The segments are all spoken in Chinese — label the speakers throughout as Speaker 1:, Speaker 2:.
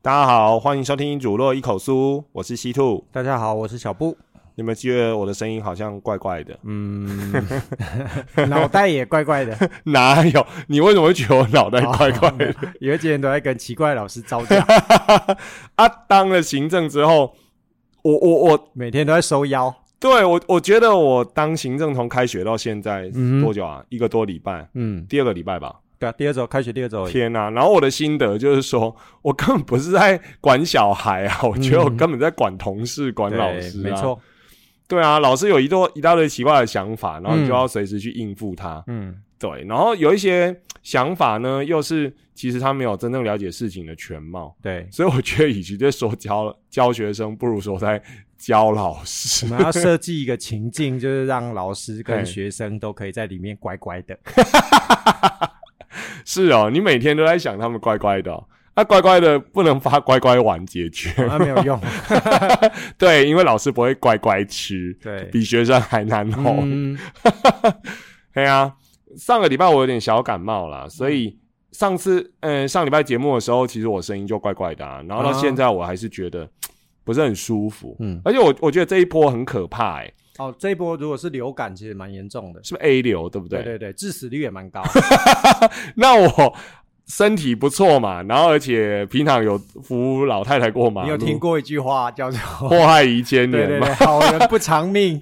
Speaker 1: 大家好，欢迎收听《煮肉一口酥》，我是西兔。
Speaker 2: 大家好，我是小布。
Speaker 1: 你们觉得我的声音好像怪怪的？
Speaker 2: 嗯， 脑袋也怪怪的，
Speaker 1: 哪有？你为什么会觉得我脑袋怪怪的？
Speaker 2: 有几天都在跟奇怪的老师招 架，
Speaker 1: 啊，当了行政之后，我我我，
Speaker 2: 每天都在收腰。
Speaker 1: 对我我觉得我当行政从开学到现在
Speaker 2: 嗯哼
Speaker 1: 多久啊？一个多礼拜，
Speaker 2: 嗯，
Speaker 1: 第二个礼拜吧。
Speaker 2: 对啊，第二周开学，第二周而已，
Speaker 1: 天呐、然后我的心得就是说，我根本不是在管小孩啊， 我觉得我根本在管同事、管
Speaker 2: 嗯对
Speaker 1: 老师、啊。
Speaker 2: 没，错。
Speaker 1: 对啊，老师有一多一大堆奇怪的想法，然后你就
Speaker 2: 嗯
Speaker 1: 要随时去应付他。
Speaker 2: 嗯
Speaker 1: 对，然后有一些想法呢，又是其实他没有真正了解事情的全貌，，，
Speaker 2: 对
Speaker 1: 所以我觉得，与其在说教教学生，不如说在教老
Speaker 2: 我
Speaker 1: 师。
Speaker 2: 们要设计一个情境，就是让老师
Speaker 1: 嘿
Speaker 2: 跟学生都可以在里面乖乖 的。
Speaker 1: 是哦，你每天都在想他们乖乖的、哦，那、乖乖的不能发乖乖碗解决，
Speaker 2: 啊，没有 用。
Speaker 1: 对，因为老师不会乖乖吃，
Speaker 2: 对
Speaker 1: 比学生还难哦哄。
Speaker 2: 嗯，
Speaker 1: 对啊，上个礼拜我有点小感冒啦，所
Speaker 2: 嗯
Speaker 1: 以上次嗯、呃上礼拜节目的时候，其实我声音就怪怪的、啊，然后到
Speaker 2: 啊
Speaker 1: 现在我还是觉得不是很舒服。
Speaker 2: 嗯
Speaker 1: 而且我我觉得这一波很可怕、欸，
Speaker 2: 哦，这一波如果是流感，其实蛮严重的。
Speaker 1: 是不是 A 流对不对？
Speaker 2: 对对对，致死率也蛮 高。
Speaker 1: 那我身体不错嘛，然后而且平常有扶老太太过马
Speaker 2: 你
Speaker 1: 路，
Speaker 2: 有听过一句话叫做
Speaker 1: 祸害一千
Speaker 2: “对
Speaker 1: 年
Speaker 2: 对
Speaker 1: 嘛？
Speaker 2: 对，好人不长命”，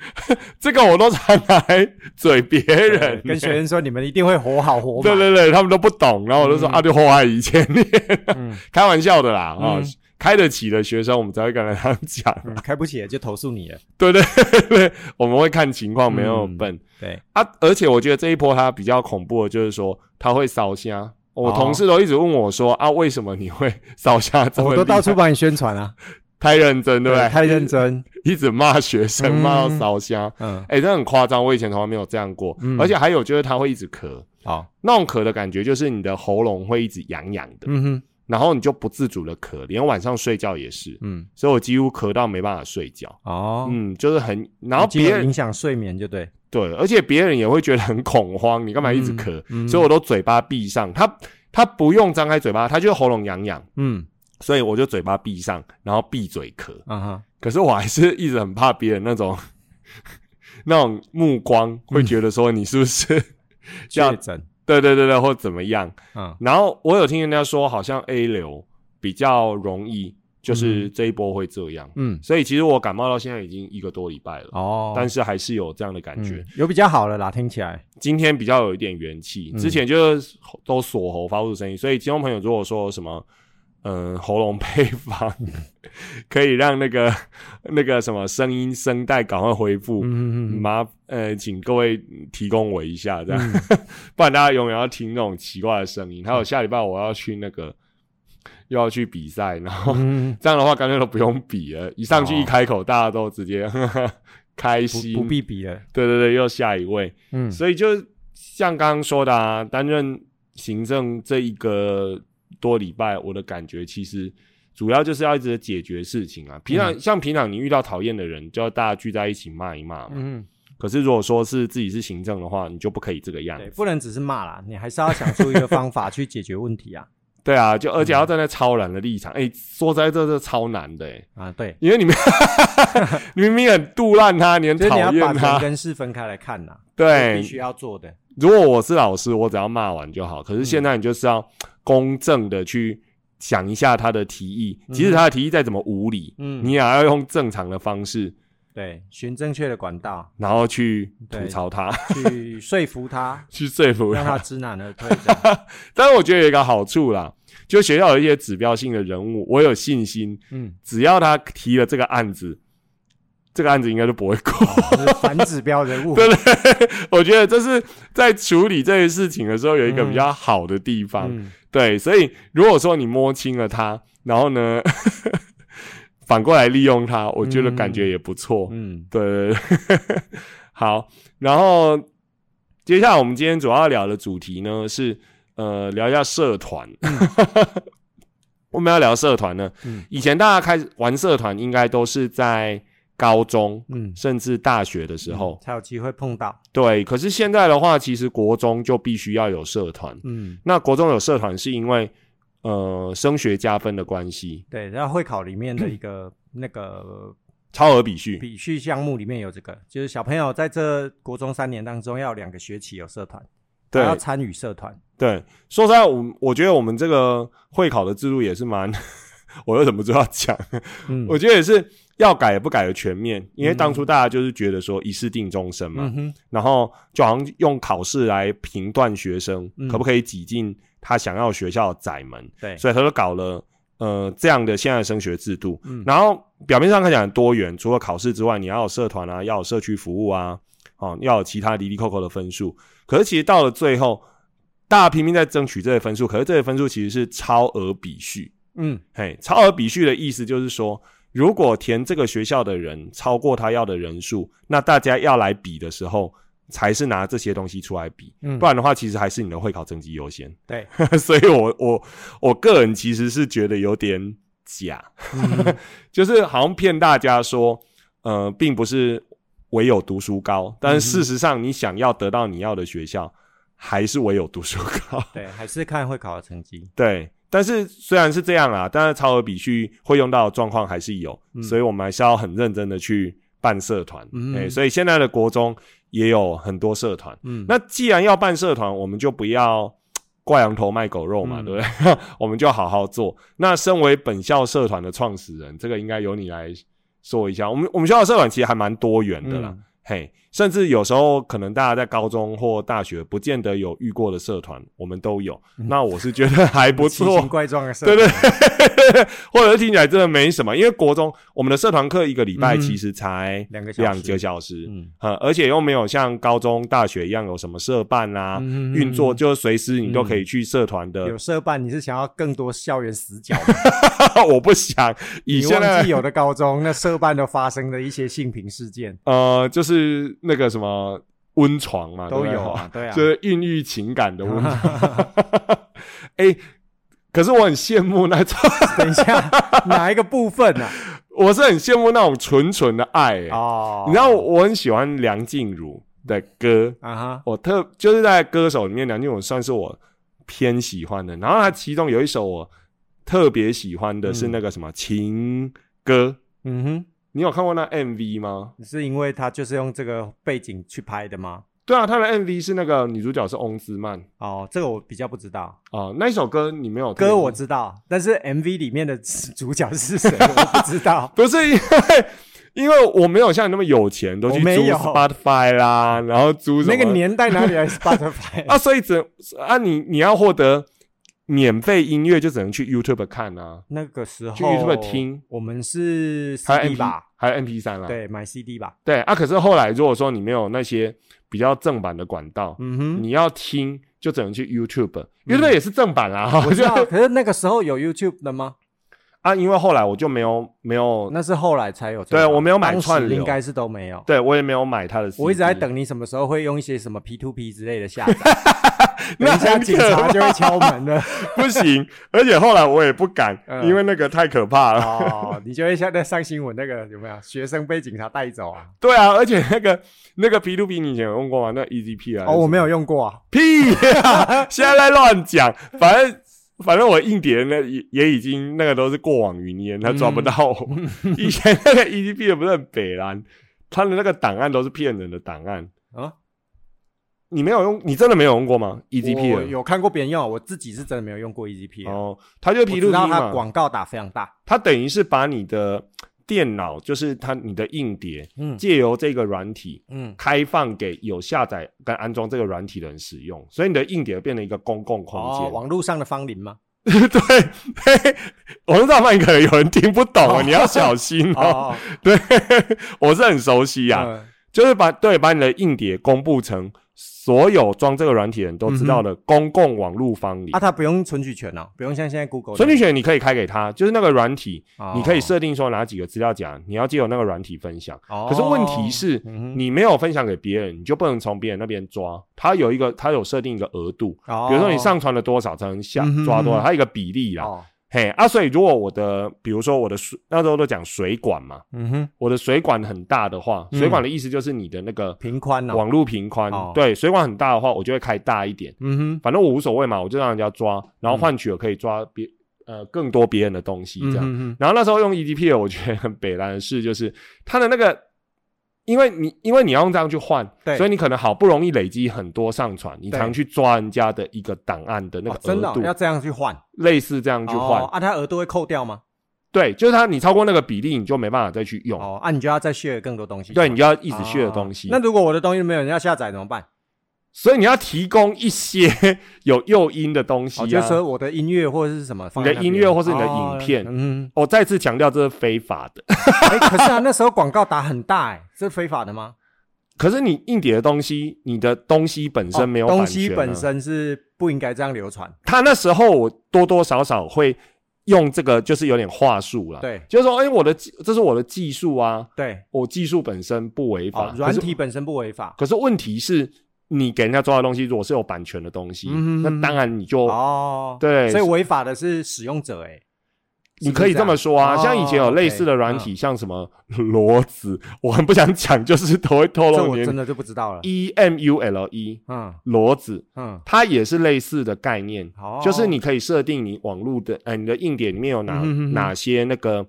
Speaker 1: 这个我都常拿来嘴别人、
Speaker 2: 对跟学生说你们一定会活好活满。
Speaker 1: 对对对，他们都不懂，然后我就说、啊，就祸害一千年，
Speaker 2: 嗯
Speaker 1: 开玩笑的啦啊、
Speaker 2: 嗯
Speaker 1: 开得起的学生，我们才会跟他讲。
Speaker 2: 嗯，开不起来就投诉你了。
Speaker 1: 对对对对，我们会看情况，没有
Speaker 2: 嗯
Speaker 1: 笨、
Speaker 2: 对，
Speaker 1: 啊。而且我觉得这一波它比较恐怖的就是说，它会烧虾。我
Speaker 2: 哦
Speaker 1: 同事都一直问我说、啊，为什么你会烧虾这么
Speaker 2: 我
Speaker 1: 厉害？
Speaker 2: 都到处帮你宣传 啊，
Speaker 1: 太认真，对不对？
Speaker 2: 太认真。
Speaker 1: 一直骂学生，
Speaker 2: 嗯
Speaker 1: 骂到烧瞎。
Speaker 2: 嗯，
Speaker 1: 哎、这很夸张，我以前从来没有这样过。
Speaker 2: 嗯
Speaker 1: 而且还有就是他会一直咳，
Speaker 2: 好，
Speaker 1: 那种咳的感觉就是你的喉咙会一直痒痒的，
Speaker 2: 嗯哼，
Speaker 1: 然后你就不自主的咳，连晚上睡觉也是。
Speaker 2: 嗯，
Speaker 1: 所以我几乎咳到没办法睡觉。
Speaker 2: 哦，
Speaker 1: 嗯，就是很，然后
Speaker 2: 已经有
Speaker 1: 别人
Speaker 2: 影响睡眠就对，
Speaker 1: 对，而且别人也会觉得很恐慌，你干嘛一直咳？
Speaker 2: 嗯嗯
Speaker 1: 所以我都嘴巴闭上，他他不用张开嘴巴，他就喉咙痒痒，
Speaker 2: 嗯，
Speaker 1: 所以我就嘴巴闭上，然后闭嘴咳。
Speaker 2: 啊哈，
Speaker 1: 可是我还是一直很怕别人那种 那种目光，会觉得说你是不是、
Speaker 2: 嗯
Speaker 1: 这样
Speaker 2: 确诊，
Speaker 1: 对对对对，或怎么样。
Speaker 2: 嗯，
Speaker 1: 然后我有听人家说，好像 A 流比较容易，就是这一波会这样。
Speaker 2: 嗯，
Speaker 1: 所以其实我感冒到现在已经一个多礼拜了，
Speaker 2: 哦，
Speaker 1: 但是还是有这样的感觉。
Speaker 2: 嗯有比较好了啦，听起来，
Speaker 1: 今天比较有一点元气，
Speaker 2: 嗯
Speaker 1: 之前就是喉都锁喉发不出声音，所以听众朋友如果说有什么，嗯、喉咙配方
Speaker 2: 嗯
Speaker 1: 可以让那个那个什么声音声带赶快恢复，
Speaker 2: 嗯嗯嗯，
Speaker 1: 麻呃，请各位提供我一下，这样，
Speaker 2: 嗯
Speaker 1: 不然大家永远要听那种奇怪的声音。还有下礼拜我要去那个又要去比赛，然后
Speaker 2: 嗯，
Speaker 1: 这样的话干脆都不用比了，一上去一
Speaker 2: 哦
Speaker 1: 开口，大家都直接 开心，
Speaker 2: 不不必比了，
Speaker 1: 对对对，又下一位。
Speaker 2: 嗯，
Speaker 1: 所以就像刚刚说的啊，担任行政这一个多礼拜，我的感觉其实主要就是要一直解决事情啊。平
Speaker 2: 嗯
Speaker 1: 常、像平常你遇到讨厌的人，就要大家聚在一起骂一骂嘛。
Speaker 2: 嗯，
Speaker 1: 可是如果说是自己是行政的话，你就不可以这个样
Speaker 2: 对，
Speaker 1: 子。
Speaker 2: 不能只是骂啦，你还是要想出一个方法去解决问题啊，
Speaker 1: 对啊，就而且
Speaker 2: 嗯
Speaker 1: 要站在超然的立场。哎、说实在这这超难的、欸，
Speaker 2: 啊， 对，
Speaker 1: 因为你们你明明很杜烂他，你很
Speaker 2: 就是
Speaker 1: 讨
Speaker 2: 你要把
Speaker 1: 厌
Speaker 2: 人
Speaker 1: 他。
Speaker 2: 跟事分开来看 呐，这
Speaker 1: 对
Speaker 2: 必，须要做的，
Speaker 1: 如果我是老师，我只要骂完就好。可是现在你就是要公正的去想一下他的提议，即使他的提议再怎么无理，
Speaker 2: 嗯
Speaker 1: 你也要用正常的方式，
Speaker 2: 对，寻正确的管道
Speaker 1: 然后去
Speaker 2: 对
Speaker 1: 吐槽他， ，
Speaker 2: 去说服他
Speaker 1: 去说服
Speaker 2: 让他
Speaker 1: 他。
Speaker 2: 知难而退这样，
Speaker 1: 但是我觉得有一个好处啦，就学校有一些指标性的人物，我有信心，
Speaker 2: 嗯。
Speaker 1: 只要他提了这个案子，这个案子应该就不会过。
Speaker 2: 就是反指标 人物。
Speaker 1: 对对对，我觉得这是在处理这些事情的时候有一个比较好的地方。
Speaker 2: 嗯，
Speaker 1: 对，所以如果说你摸清了它，然后呢， 反过来利用它，我觉得感觉也不错。
Speaker 2: 嗯
Speaker 1: 对 对对，好，然后接下来我们今 天主要要聊的主题呢是呃聊一下社团，我们要聊社团呢，
Speaker 2: 嗯
Speaker 1: 以前大家开始玩社团，应该都是在高中
Speaker 2: 嗯，
Speaker 1: 甚至大学的时候，
Speaker 2: 才有机会碰到，
Speaker 1: 对。可是现在的话，其实国中就必须要有社团。
Speaker 2: 嗯，
Speaker 1: 那国中有社团是因为呃升学加分的关系，
Speaker 2: 对，然后会考里面的一个那个
Speaker 1: 超额比序。
Speaker 2: 比序项目里面有这个，就是小朋友在这国中三年当中要有两个学期有社团，
Speaker 1: 对
Speaker 2: 还要参与社团，
Speaker 1: 对，说实在，我我觉得我们这个会考的制度也是蛮， 我又忍不住要讲，
Speaker 2: 嗯
Speaker 1: 我觉得也是要改也不改的全面，因为当初大家就是觉得说一试定终身嘛，
Speaker 2: 嗯哼，
Speaker 1: 然后就好像用考试来评断学生、
Speaker 2: 嗯
Speaker 1: 可不可以挤进他想要学校的窄门，
Speaker 2: 对，
Speaker 1: 所以他就搞了呃这样的现在的升学制度。
Speaker 2: 嗯
Speaker 1: 然后表面上看起来很多元，除了考试之外，你要有社团啊，要有社区服务啊，哦，要有其他滴滴扣扣的分数。可是其实到了最后，大家拼命在争取这些分数，可是这些分数其实是超额比序。
Speaker 2: 嗯
Speaker 1: 嘿，超额比序的意思就是说，如果填这个学校的人超过他要的人数，那大家要来比的时候，才是拿这些东西出来比，
Speaker 2: 嗯
Speaker 1: 不然的话，其实还是你的会考成绩优先。
Speaker 2: 对，
Speaker 1: 所以我我我个人其实是觉得有点假， 就是好像骗大家说，呃，并不是唯有读书高，但是事实上，你想要得到你要的学校，还是唯有读书高。
Speaker 2: 对，还是看会考的成绩，
Speaker 1: 对，但是虽然是这样啦，但是超额比序会用到的状况还是有，所以我们还是要很认真的去办社团。
Speaker 2: 嗯
Speaker 1: 哎、所以现在的国中也有很多社团。
Speaker 2: 嗯，
Speaker 1: 那既然要办社团，我们就不要挂羊头卖狗肉嘛，
Speaker 2: 嗯
Speaker 1: 对不对？ 我们就好好做。那身为本校社团的创始人，这个应该由你来说一下。我们我们学校的社团其实还蛮多元的啦。
Speaker 2: 嗯
Speaker 1: 嘿，甚至有时候可能大家在高中或大学不见得有遇过的社团，我们都有。那我是觉得还不
Speaker 2: 嗯 奇
Speaker 1: 错，
Speaker 2: 形怪状的社
Speaker 1: 对
Speaker 2: 团，
Speaker 1: 对， 或者是听起来真的没什么，因为国中我们的社团课一个礼拜
Speaker 2: 嗯
Speaker 1: 其实才
Speaker 2: 两个小时
Speaker 1: 两个小时，
Speaker 2: 嗯
Speaker 1: 呃，而且又没有像高中、大学一样有什么社办啦、
Speaker 2: 嗯
Speaker 1: 运作，就随时你都可以去社团的。
Speaker 2: 有社办，你是想要更多校园死角吗？
Speaker 1: 我不想以
Speaker 2: 你
Speaker 1: 现
Speaker 2: 忘记
Speaker 1: 在
Speaker 2: 有的高中那社办都发生的一些性平事 件
Speaker 1: 呃，就是那个什么温床嘛，
Speaker 2: 都
Speaker 1: 对不对
Speaker 2: 有啊，对啊，
Speaker 1: 就是孕育情感的温床。哎、可是我很羡慕那种，
Speaker 2: 等一下哪一个部分 啊呢？
Speaker 1: 我是很羡慕那种纯纯的爱、欸。
Speaker 2: 哦，
Speaker 1: 你知道我我很喜欢梁静茹的歌，
Speaker 2: 啊哈，
Speaker 1: 我特就是在歌手里面，梁静茹算是我偏喜欢的。然后她其中有一首我特别喜欢的是那个什么情歌，
Speaker 2: 嗯哼。
Speaker 1: 你有看过那 MV 吗？
Speaker 2: 是因为他就是用这个背景去拍的吗？
Speaker 1: 对啊，她的 MV 是那个女主角是翁之曼
Speaker 2: 哦，这个我比较不知道。
Speaker 1: 哦、那一首歌你没有听
Speaker 2: 歌我
Speaker 1: 过
Speaker 2: 知道，但是 MV 里面的主角 是谁，我不知道。
Speaker 1: 不是因为。因为我没有像你那么有钱，都去
Speaker 2: 我
Speaker 1: 租
Speaker 2: 没有
Speaker 1: Spotify 啦，然后租什么
Speaker 2: 那个年代哪里来 Spotify？
Speaker 1: 啊，所以只啊你你要获得免费音乐，就只能去 YouTube 看啊，
Speaker 2: 那个时候
Speaker 1: 去 YouTube 听，
Speaker 2: 我们是
Speaker 1: 还有
Speaker 2: CD
Speaker 1: MP
Speaker 2: 吧？
Speaker 1: 还有 MP 三啦，
Speaker 2: 对，买 CD 吧。
Speaker 1: 对啊。可是后来如果说你没有那些比较正版的管道，
Speaker 2: 嗯哼，
Speaker 1: 你要听就只能去 YouTube，YouTube、YouTube 也是正版啊啦，嗯我
Speaker 2: 我 知
Speaker 1: 觉
Speaker 2: 道。
Speaker 1: 得
Speaker 2: 可是那个时候有 YouTube 的吗？
Speaker 1: 啊，因为后来我就没有没有，
Speaker 2: 那是后来才有这
Speaker 1: 对啊
Speaker 2: 个吧。
Speaker 1: 我没有买
Speaker 2: 当时
Speaker 1: 串流
Speaker 2: 应该是都没有。
Speaker 1: 对我也没有买他的 CD，
Speaker 2: 我一直在等你什么时候会用一些什么 P to P 之类 的下载，等
Speaker 1: 那
Speaker 2: 一下
Speaker 1: 很可
Speaker 2: 警察就会敲门 了。
Speaker 1: 不行，而且后来我也不敢，
Speaker 2: 嗯
Speaker 1: 因为那个太可怕了。
Speaker 2: 哦，你就会像在上新闻那个有没有学生被警察带走啊？
Speaker 1: 对啊，而且那个那个 P to P 你以前有用过吗？那 E G P 啊？
Speaker 2: 哦，我没有用过啊。
Speaker 1: 屁呀、现在在乱讲，反正。反正我硬碟那也也已经那个都是过往云烟，他抓不到我。
Speaker 2: 嗯
Speaker 1: 以前那个 E EDP 也不是很北蓝，他的那个档案都是骗人的档案。
Speaker 2: 啊
Speaker 1: 你没有用，你真的没有用过吗？E
Speaker 2: 我
Speaker 1: ？EDP
Speaker 2: 有看过别人用，啊我自己是真的没有用过 EZP 啊。
Speaker 1: 哦，他就
Speaker 2: 我
Speaker 1: P
Speaker 2: 知
Speaker 1: to P
Speaker 2: 道它
Speaker 1: 嘛，
Speaker 2: 广告打非常大。
Speaker 1: 他等于是把你的电脑，就是他你的硬碟，
Speaker 2: 嗯
Speaker 1: 借由这个软体
Speaker 2: 嗯，
Speaker 1: 开放给有下载跟安装这个软体的人使用，所以你的硬碟变成一个公共空间。
Speaker 2: 哦，网络上的芳龄 吗？
Speaker 1: 对，嘿网络上面可能有人听不懂哦，你要小心哦。
Speaker 2: 哦，
Speaker 1: 对，我是很熟悉呀、
Speaker 2: 嗯
Speaker 1: 就是把对把你的硬碟公布成所有装这个软体的人都知道的公共网络方里
Speaker 2: 嗯啊，。它不用存取权哦，不用像现在 Google
Speaker 1: 所以你选你可以开给他，就是那个软体，
Speaker 2: 哦
Speaker 1: 你可以设定说哪几个资料夹，你要借由那个软体分享。
Speaker 2: 哦
Speaker 1: 可是问题是，
Speaker 2: 嗯哼
Speaker 1: 你没有分享给别人，你就不能从别人那边抓。它有一个，它有设定一个额度，
Speaker 2: 哦
Speaker 1: 比如说你上传了多少才能下
Speaker 2: 嗯哼
Speaker 1: 抓多
Speaker 2: 嗯
Speaker 1: 少，
Speaker 2: 哼
Speaker 1: 它有一个比例啦。
Speaker 2: 哦，
Speaker 1: 嘿啊，所以如果我的，比如说我的水，那时候都讲水管嘛，
Speaker 2: 嗯哼，
Speaker 1: 我的水管很大的话，
Speaker 2: 嗯
Speaker 1: 水管的意思就是你的那个
Speaker 2: 平宽哦，
Speaker 1: 网路频宽，
Speaker 2: 哦
Speaker 1: 对，水管很大的话，我就会开大一点，
Speaker 2: 嗯哼，
Speaker 1: 反正我无所谓嘛，我就让人家抓，然后
Speaker 2: 嗯
Speaker 1: 换取了可以抓别、呃更多别人的东西这样。
Speaker 2: 嗯哼
Speaker 1: 然后那时候用 E EDP，我觉得很北蓝的事就是它的那个，因为你因为你要用这样去换，
Speaker 2: 对
Speaker 1: 所以你可能好不容易累积很多上传，你
Speaker 2: 对
Speaker 1: 常去抓人家的一个档案的那
Speaker 2: 哼，
Speaker 1: 个
Speaker 2: 哦真的
Speaker 1: 额
Speaker 2: 哦
Speaker 1: 度，
Speaker 2: 要这样去换，
Speaker 1: 类似这样去换。
Speaker 2: 哦啊，它额度会扣掉吗？
Speaker 1: 对，就是它你超过那个比例，你就没办法再去用，
Speaker 2: 哦，啊，你就要再 share 更多东西，
Speaker 1: 对，你就要一
Speaker 2: 一
Speaker 1: 直学的东西。
Speaker 2: 那如果我的东西没有人要下载怎么办？
Speaker 1: 所以你要提供一些 有诱因的东西
Speaker 2: 哦，就
Speaker 1: 啊。
Speaker 2: 是说我的音乐或者是什么，
Speaker 1: 你的音乐或是你的影片
Speaker 2: 嗯，
Speaker 1: 我再次强调，这是非法的。
Speaker 2: 哎，可是啊，那时候广告打很大，哎，这是非法的吗？
Speaker 1: 可是你硬碟的东西，你的东西本身没有
Speaker 2: 哦东
Speaker 1: 版
Speaker 2: 西
Speaker 1: 权啊
Speaker 2: 本身是不应该这样流传，
Speaker 1: 他那时候我多多少少会用这个，就是有点话术啦。，
Speaker 2: 对
Speaker 1: 就是说，哎、我的技这是我的技术啊，
Speaker 2: 对，
Speaker 1: 我技术本身不违法
Speaker 2: 哦，。软
Speaker 1: 啊可是
Speaker 2: 体本身不违法，
Speaker 1: 可是问题是，你给人家抓的东西，如果是有版权的东西，
Speaker 2: 嗯
Speaker 1: 那当然你就、
Speaker 2: 哦，
Speaker 1: 对，
Speaker 2: 所以违法的是使用者，哦哎，
Speaker 1: 你可以这么说啊。
Speaker 2: 是不是这
Speaker 1: 像
Speaker 2: 样
Speaker 1: 以前有类
Speaker 2: 嗯
Speaker 1: 似的软体，像什么骡子， 我很不想讲，就是 都会透
Speaker 2: 这
Speaker 1: 露
Speaker 2: 我
Speaker 1: 年
Speaker 2: 真的就不知道了，
Speaker 1: E M U L E
Speaker 2: 嗯
Speaker 1: 骡子，
Speaker 2: 嗯，
Speaker 1: 它也是类似的概念。
Speaker 2: 好，
Speaker 1: 就是你可以设定你网络的，呃，你的硬点里面有哪、
Speaker 2: 哦嗯哼哼
Speaker 1: 哪些那个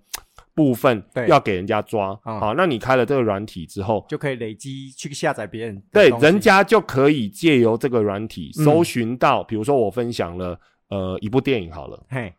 Speaker 1: 部分
Speaker 2: 对
Speaker 1: 要给人家抓。
Speaker 2: 嗯
Speaker 1: 好，那你开了这个软体之后，
Speaker 2: 就可以累积去下载别人的
Speaker 1: 对
Speaker 2: 东西
Speaker 1: 人家就可以借由这个软体
Speaker 2: 嗯
Speaker 1: 搜寻到，比如说我分享了呃一部电影好了，
Speaker 2: 嘿，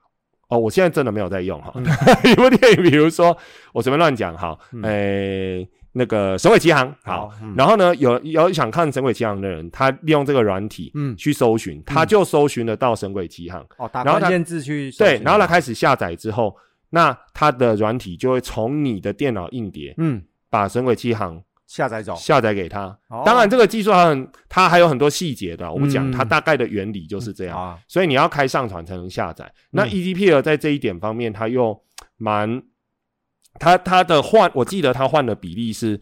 Speaker 1: 哦，我现在真的没有在用哈，
Speaker 2: 嗯
Speaker 1: 一部电影，比如说我随便乱讲哈，
Speaker 2: 嗯
Speaker 1: 诶、那个《神鬼奇航》好。，
Speaker 2: 嗯
Speaker 1: 然后呢，有有想看《神鬼奇航》的人，他利用这个软体，
Speaker 2: 嗯
Speaker 1: 去搜寻，他就搜寻得到《神鬼奇航》
Speaker 2: 哦，打
Speaker 1: 然后
Speaker 2: 关
Speaker 1: 他
Speaker 2: 键字去搜
Speaker 1: 对，
Speaker 2: 寻
Speaker 1: 然后它，开始下载之后，那它的软体就会从你的电脑硬碟
Speaker 2: 嗯，
Speaker 1: 把《神鬼七行
Speaker 2: 下载走，》
Speaker 1: 下载给他。
Speaker 2: 哦
Speaker 1: 当然，这个技术还很，它还有很多细节的，我不讲，
Speaker 2: 嗯
Speaker 1: 它大概的原理就是这样。
Speaker 2: 啊，
Speaker 1: 所以你要开上传才能下载。那 E
Speaker 2: 嗯
Speaker 1: EDP 呢，在这一点方面，它又蛮，它它的换，我记得它换的比例是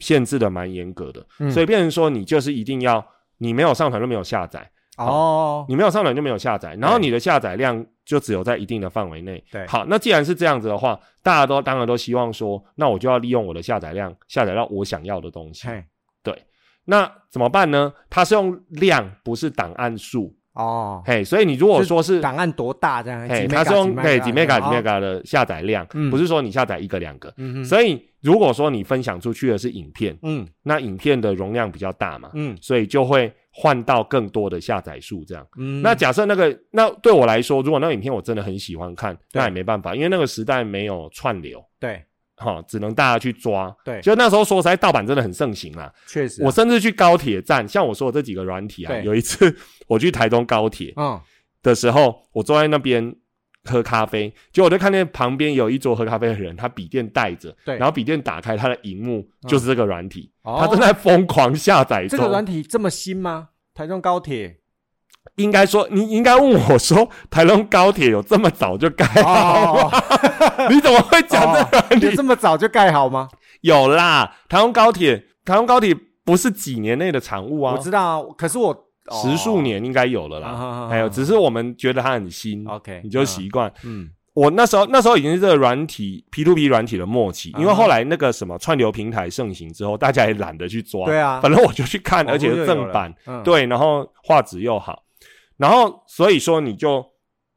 Speaker 1: 限制的蛮严格的，
Speaker 2: 嗯
Speaker 1: 所以变成说你就是一定要，你没有上传就没有下载。
Speaker 2: 哦，
Speaker 1: 你没有上传就没有下载，然后你的下载量就只有在一定的范围内。
Speaker 2: 对
Speaker 1: 好，那既然是这样子的话，大家都当然都希望说，那我就要利用我的下载量下载到我想要的东西。
Speaker 2: 嘿，
Speaker 1: 那怎么办呢？它是用量，不是档案数。
Speaker 2: 哦，
Speaker 1: 嘿，所以你如果说是，
Speaker 2: 档案多大这样？
Speaker 1: 嘿，
Speaker 2: 哎几
Speaker 1: 它
Speaker 2: mega
Speaker 1: 是用对哎几 mega
Speaker 2: 这样
Speaker 1: 几 mega 的下载量，
Speaker 2: 嗯
Speaker 1: 不是说你下载一个两个。
Speaker 2: 嗯哼，
Speaker 1: 所以如果说你分享出去的是影片，
Speaker 2: 嗯
Speaker 1: 那影片的容量比较大嘛，
Speaker 2: 嗯
Speaker 1: 所以就会换到更多的下载数这样。
Speaker 2: 嗯，
Speaker 1: 那假设那个，那对我来说，如果那个影片我真的很喜欢看，
Speaker 2: 对
Speaker 1: 那也没办法，因为那个时代没有串流，
Speaker 2: 对
Speaker 1: 哈，只能大家去抓。
Speaker 2: 对，
Speaker 1: 就那时候说实在，盗版真的很盛行啦。
Speaker 2: 确实啊，
Speaker 1: 我甚至去高铁站，像我说的这几个软体啊，
Speaker 2: 对
Speaker 1: 有一次我去台中高铁
Speaker 2: 嗯
Speaker 1: 的时候，我坐在那边喝咖啡，结果我就看见旁边有一桌喝咖啡的人，他笔电带着，
Speaker 2: 对嗯
Speaker 1: 然后笔电打开，他的荧幕就是这个软体，
Speaker 2: 哦
Speaker 1: 他正在疯狂下载
Speaker 2: 这
Speaker 1: 中。
Speaker 2: 个软体这么新吗？台中 高铁
Speaker 1: 应该说，你应该问我说，台中高铁有这么早就盖好吗？
Speaker 2: 哦，
Speaker 1: 你怎么会讲这个软
Speaker 2: 有
Speaker 1: 体？
Speaker 2: 这么早就盖好吗？
Speaker 1: 有啦，台湾高铁，台湾高铁不是几年内的产物啊，
Speaker 2: 我知道啊，可是我哦
Speaker 1: 十数年应该有了
Speaker 2: 啊啊啊
Speaker 1: 啦。
Speaker 2: 啊
Speaker 1: 还有，只是我们觉得它很新，
Speaker 2: ，OK，
Speaker 1: 你就
Speaker 2: 嗯
Speaker 1: 习惯。
Speaker 2: 嗯
Speaker 1: 我那时候那时候已经是这个软体 P to P 软体的末期，
Speaker 2: 啊
Speaker 1: 因为后来那个什么串流平台盛行之后，大家也懒得去抓。
Speaker 2: 对啊
Speaker 1: 反正我就去看，
Speaker 2: 网
Speaker 1: 而且
Speaker 2: 络
Speaker 1: 是
Speaker 2: 就有
Speaker 1: 正版，
Speaker 2: 嗯
Speaker 1: 对，然后画质又好，然后所以说你就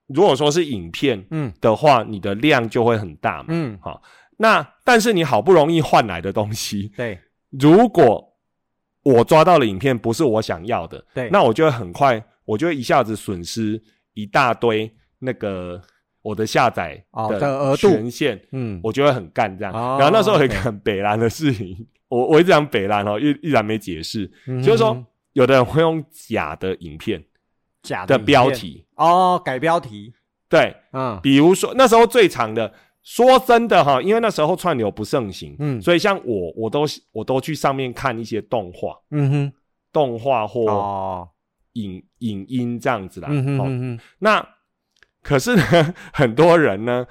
Speaker 1: 如果说是影片
Speaker 2: 嗯
Speaker 1: 的话，你的量就会很大嘛。
Speaker 2: 嗯
Speaker 1: 那但是你好不容易换来的东西，
Speaker 2: 对
Speaker 1: 如果我抓到了影片不是我想要的，
Speaker 2: 对，
Speaker 1: 那我就会很快，我就会一下子损失一大堆那个我的下载
Speaker 2: 哦的额度
Speaker 1: 权限，
Speaker 2: 嗯
Speaker 1: 我就会很干这样。
Speaker 2: 哦
Speaker 1: 然后那时候有一个
Speaker 2: OK
Speaker 1: 很北蓝的事情，我我一直讲北蓝哦，依依然没解释，
Speaker 2: 嗯
Speaker 1: 就是说有的人会用假的影片
Speaker 2: 假
Speaker 1: 的
Speaker 2: 影
Speaker 1: 标
Speaker 2: 片
Speaker 1: 题，
Speaker 2: 哦，改标题，
Speaker 1: 对，
Speaker 2: 嗯
Speaker 1: 比如说那时候最长的，说真的哈，因为那时候串流不盛行，
Speaker 2: 嗯
Speaker 1: 所以像我，我都我都去上面看一些动画、
Speaker 2: 嗯
Speaker 1: 动画
Speaker 2: 哼，
Speaker 1: 或
Speaker 2: 哦，
Speaker 1: 影、影音这样子啦。
Speaker 2: 嗯哼
Speaker 1: 哦
Speaker 2: 嗯哼，
Speaker 1: 那可是呢，很多人呢，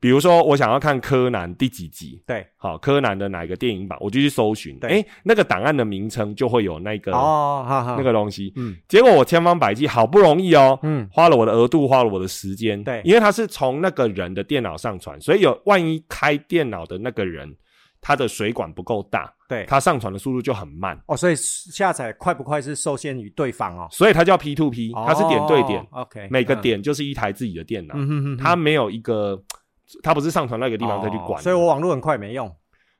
Speaker 1: 比如说我想要看柯南第几集，
Speaker 2: 对，
Speaker 1: 好，柯南的哪一个电影版，我就去搜寻，
Speaker 2: 对
Speaker 1: 哎、那个档案的名称就会有那个、
Speaker 2: 哦，好好，
Speaker 1: 那个东西。
Speaker 2: 嗯
Speaker 1: 结果我千方百计，好不容易哦，
Speaker 2: 嗯，
Speaker 1: 花了我的额度，花了我的时间。
Speaker 2: 对
Speaker 1: 因为他是从那个人的电脑上传，所以有万一开电脑的那个人他的水管不够大，
Speaker 2: 对，
Speaker 1: 他上传的速度就很慢，
Speaker 2: 哦，所以下载快不快是受限于对方哦，
Speaker 1: 所以它叫 P to P，它是点对点，
Speaker 2: 哦，OK，
Speaker 1: 每个
Speaker 2: 嗯，
Speaker 1: 点就是一台自己的电脑，
Speaker 2: 嗯哼哼哼，
Speaker 1: 它没有一个，它不是上传那个地方再去管。
Speaker 2: 哦所以我网络很快没用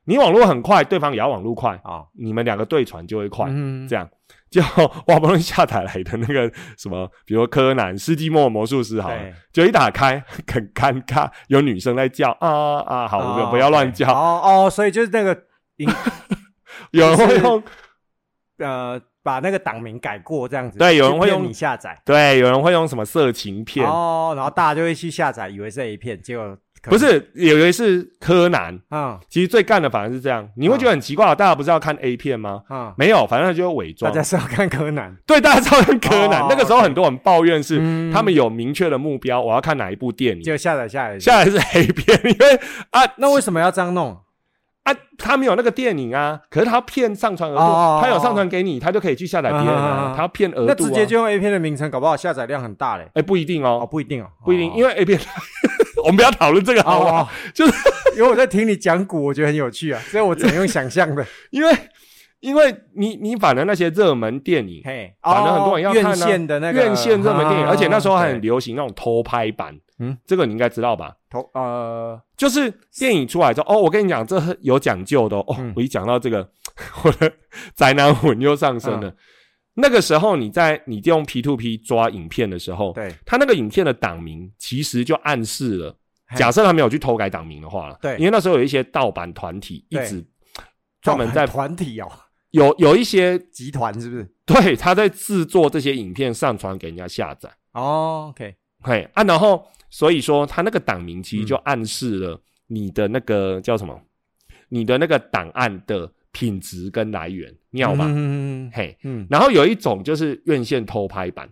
Speaker 1: 你网络很快，对方也要网络快，
Speaker 2: 哦，
Speaker 1: 你们两个对传就会快。
Speaker 2: 嗯
Speaker 1: 这样，就 我好不容易下载来的那个什么，比如说柯南、世纪末魔术师好了
Speaker 2: 对，
Speaker 1: 就一打开很尴尬，有女生在叫啊啊，好，
Speaker 2: 哦
Speaker 1: 不要乱叫，
Speaker 2: 哦哦，所以就是那个
Speaker 1: 有人会用，
Speaker 2: 呃，把那个档名改过这样子，
Speaker 1: 对有人会
Speaker 2: 去骗
Speaker 1: 用
Speaker 2: 你下载。
Speaker 1: 对，有人会用什么色情片，
Speaker 2: 哦，然后大家就会去下载，以为是 A 片，结果可
Speaker 1: 不，
Speaker 2: 能
Speaker 1: 是，以为是柯南，
Speaker 2: 嗯
Speaker 1: 其实最干的反而是这样，
Speaker 2: 哦
Speaker 1: 你会觉得很奇怪，大家不是要看 A 片吗？
Speaker 2: 嗯，
Speaker 1: 没有，反正他就伪
Speaker 2: 大
Speaker 1: 装
Speaker 2: 家，是要看 柯南，
Speaker 1: 对，大家知道看柯南
Speaker 2: 哦，
Speaker 1: 那个时候很多人抱怨是
Speaker 2: 嗯
Speaker 1: 他们有明确的目标，我要看哪一部电影，
Speaker 2: 就下载下来。
Speaker 1: 下来是 A 片，因为啊，
Speaker 2: 那为什么要这样弄？
Speaker 1: 啊，他没有那个电影啊，可是他骗上传额度，
Speaker 2: 哦哦哦
Speaker 1: 他有上传给你，他就可以去下载别人
Speaker 2: 啊
Speaker 1: 啊，
Speaker 2: 啊啊
Speaker 1: 他要骗 额度、啊，
Speaker 2: 那直接就用 A 片的名称，搞不好下载量很大嘞。
Speaker 1: 哎、不一定
Speaker 2: 哦，
Speaker 1: 哦，
Speaker 2: 不一定哦，
Speaker 1: 不一定，因
Speaker 2: 为
Speaker 1: 为 A 片， 我们不要讨论这个好不好？
Speaker 2: 哦，
Speaker 1: 就是
Speaker 2: 因为我在听你讲古，我觉得很有趣啊，所以我只能用想 象的。
Speaker 1: 因为因为你你反正那些热门电影。
Speaker 2: 嘿，
Speaker 1: 反正很多人要看啊
Speaker 2: 哦院线的那个啊
Speaker 1: 院线热门电影，而且那时候还很
Speaker 2: 对
Speaker 1: 流行那种偷拍版，嗯
Speaker 2: 嗯，
Speaker 1: 这个你应该知道吧？
Speaker 2: 头呃，
Speaker 1: 就是电影出来之后，哦，我跟你讲，这有讲究的哦。哦
Speaker 2: 嗯
Speaker 1: 我一讲到这个， 我的宅男魂又上升
Speaker 2: 嗯
Speaker 1: 了。那个时候，你在你用 P to P 抓影片的时候，
Speaker 2: 对
Speaker 1: 他那个影片的档名其实就暗示了，
Speaker 2: 嘿
Speaker 1: 假设他没有去偷改档名的话了，
Speaker 2: 对
Speaker 1: 因为那时候有一些盗版团体一
Speaker 2: 对
Speaker 1: 直专门在
Speaker 2: 团体哦，
Speaker 1: 有有一些
Speaker 2: 集团是不是？
Speaker 1: 对他在制作这些影片上传给人家下载，
Speaker 2: 哦，OK，
Speaker 1: 嘿啊，然后所以说他那个档名其
Speaker 2: 嗯
Speaker 1: 实就暗示了你的那个叫什么，你的那个档案的品质跟来源，妙吧？
Speaker 2: 嗯嗯嗯
Speaker 1: 嘿，
Speaker 2: 嗯，
Speaker 1: 然后有一种就是院线偷拍版，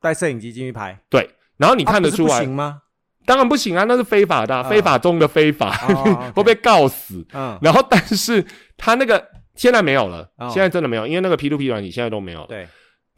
Speaker 2: 带摄影机进去拍，啊
Speaker 1: 对，然后你
Speaker 2: 你
Speaker 1: 看得出来，
Speaker 2: 行吗？
Speaker 1: 当然不行啊，那是非法的啊、
Speaker 2: 啊
Speaker 1: 非法中的非法，
Speaker 2: 哦
Speaker 1: 会被告死。
Speaker 2: 嗯，
Speaker 1: 然后，但是他那个现在没有了，
Speaker 2: 哦
Speaker 1: 现在真的没有，因为那个 P to P 软体现在都没有了。
Speaker 2: 对，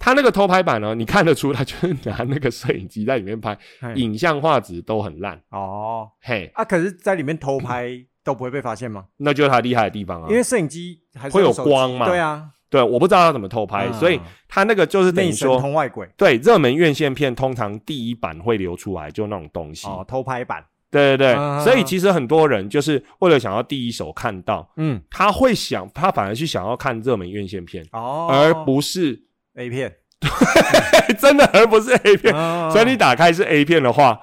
Speaker 1: 他那个偷拍版呢，你看得出他就是拿那个摄影机在里面拍，
Speaker 2: 嘿
Speaker 1: 影像画质都很烂，
Speaker 2: 哎哦
Speaker 1: 嘿，
Speaker 2: 啊，可是在里面偷 拍都不会被发现吗？
Speaker 1: 那就是他厉害的地方啊。
Speaker 2: 因为摄影机还是
Speaker 1: 会有
Speaker 2: 用手机
Speaker 1: 光嘛
Speaker 2: 对啊，
Speaker 1: 对，我不知道他怎么偷拍，
Speaker 2: 嗯
Speaker 1: 所以他那个就是等于
Speaker 2: 内神
Speaker 1: 说，
Speaker 2: 通外鬼
Speaker 1: 对热门院线片通常第一版会流出来，就那种东西。
Speaker 2: 哦，偷拍版，
Speaker 1: 对对对，
Speaker 2: 嗯
Speaker 1: 所以其实很多人就是为了想要第一手看到，
Speaker 2: 嗯，
Speaker 1: 他会想，他反而去想要看热门院线片，
Speaker 2: 哦，
Speaker 1: 而不是哎
Speaker 2: A 片，
Speaker 1: 真的，而不是 A 片。
Speaker 2: 哦
Speaker 1: 所以你打开是 A 片的话，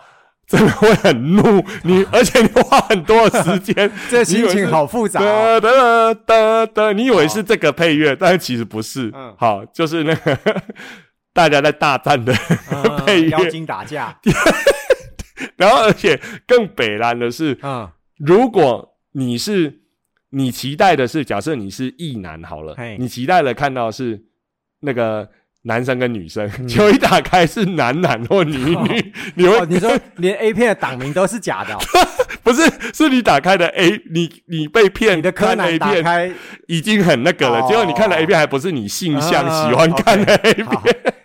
Speaker 1: 真的会很怒，你
Speaker 2: 啊
Speaker 1: 而且你花很多的时间，
Speaker 2: 这心情好复杂哦，
Speaker 1: 哒哒哒哒，你以为是这个配乐，但是其实不是。
Speaker 2: 嗯
Speaker 1: 好，就是那个 大家在大战的，
Speaker 2: 嗯
Speaker 1: 配乐
Speaker 2: 妖精 打架，
Speaker 1: 然后而且更北蓝的是，
Speaker 2: 嗯，
Speaker 1: 如果你是你期待的是，假设你是异男好了
Speaker 2: 嘿，
Speaker 1: 你期待的看到的是那个男生跟女生，结果一打开是男男或女女，你会
Speaker 2: 嗯哦，你说连 A 片的档名都是假的哦，
Speaker 1: 不是是你打开的 A，你你被骗，
Speaker 2: 你的柯
Speaker 1: 看
Speaker 2: 南
Speaker 1: A
Speaker 2: 打
Speaker 1: 片
Speaker 2: 开，
Speaker 1: 已经很那个了，
Speaker 2: 哦
Speaker 1: 结果你看的 A 片还不是你性向
Speaker 2: 啊
Speaker 1: 喜欢看的 A 片，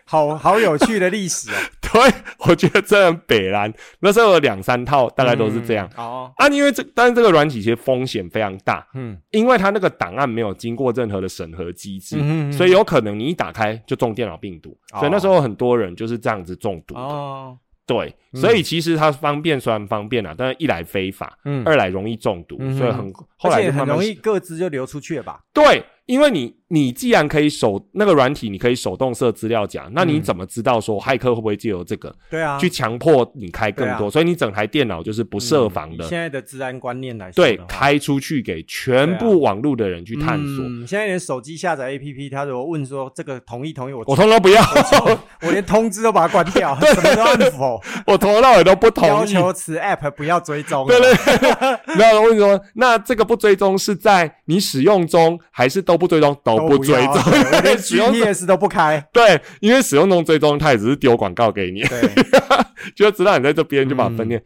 Speaker 2: 好好好有趣的历 史哦，
Speaker 1: 对，我觉得这很北蓝。那时候有两三套，大概都是这样。
Speaker 2: 嗯，哦，
Speaker 1: 啊，因为这，但是这个软体其实风险非常大，
Speaker 2: 嗯
Speaker 1: 因为它那个档案没有经过任何的审核机制，
Speaker 2: 嗯嗯
Speaker 1: 所以有可能你一打开就中电脑病毒，
Speaker 2: 哦
Speaker 1: 所以那时候很多人就是这样子中毒的。
Speaker 2: 哦，
Speaker 1: 对，所以其实它方便虽然方便啦，啊但是一来非法，
Speaker 2: 嗯，
Speaker 1: 二来容易中毒，
Speaker 2: 嗯哼
Speaker 1: 所以很后
Speaker 2: 而
Speaker 1: 来
Speaker 2: 且
Speaker 1: 就慢
Speaker 2: 很
Speaker 1: 慢
Speaker 2: 容易各自就流出去了吧？
Speaker 1: 对，因为你你既然可以手那个软体，你可以手动设资料夹，那
Speaker 2: 嗯
Speaker 1: 你怎么知道说骇客会不会借由这个、
Speaker 2: 对啊，
Speaker 1: 去强迫你开更多？
Speaker 2: 对啊嗯
Speaker 1: 所以你整台电脑就是不设防
Speaker 2: 以
Speaker 1: 的，
Speaker 2: 现在的治安观念来说
Speaker 1: 对
Speaker 2: 的话，，
Speaker 1: 开出去给全部网络的人去探索。
Speaker 2: 嗯现在连手机下载 APP，他如果问说这个同意同 意，我
Speaker 1: 我通通不要，
Speaker 2: 我连通知都把它关 掉，什么都按否，
Speaker 1: 我从头到尾都不
Speaker 2: 要
Speaker 1: 同意。
Speaker 2: 求此 App 不要追踪。啊
Speaker 1: 对对对，没有我跟你说，那这个不追踪是在你使用中，还是都不追踪？都
Speaker 2: 都
Speaker 1: 不追
Speaker 2: 要
Speaker 1: 踪，
Speaker 2: 哦对我 连
Speaker 1: 使用
Speaker 2: GPS 都不开。
Speaker 1: 对，因为使用中追踪，它也只是丢广告给你。
Speaker 2: 对，嗯
Speaker 1: 就知道你在这边，就把分店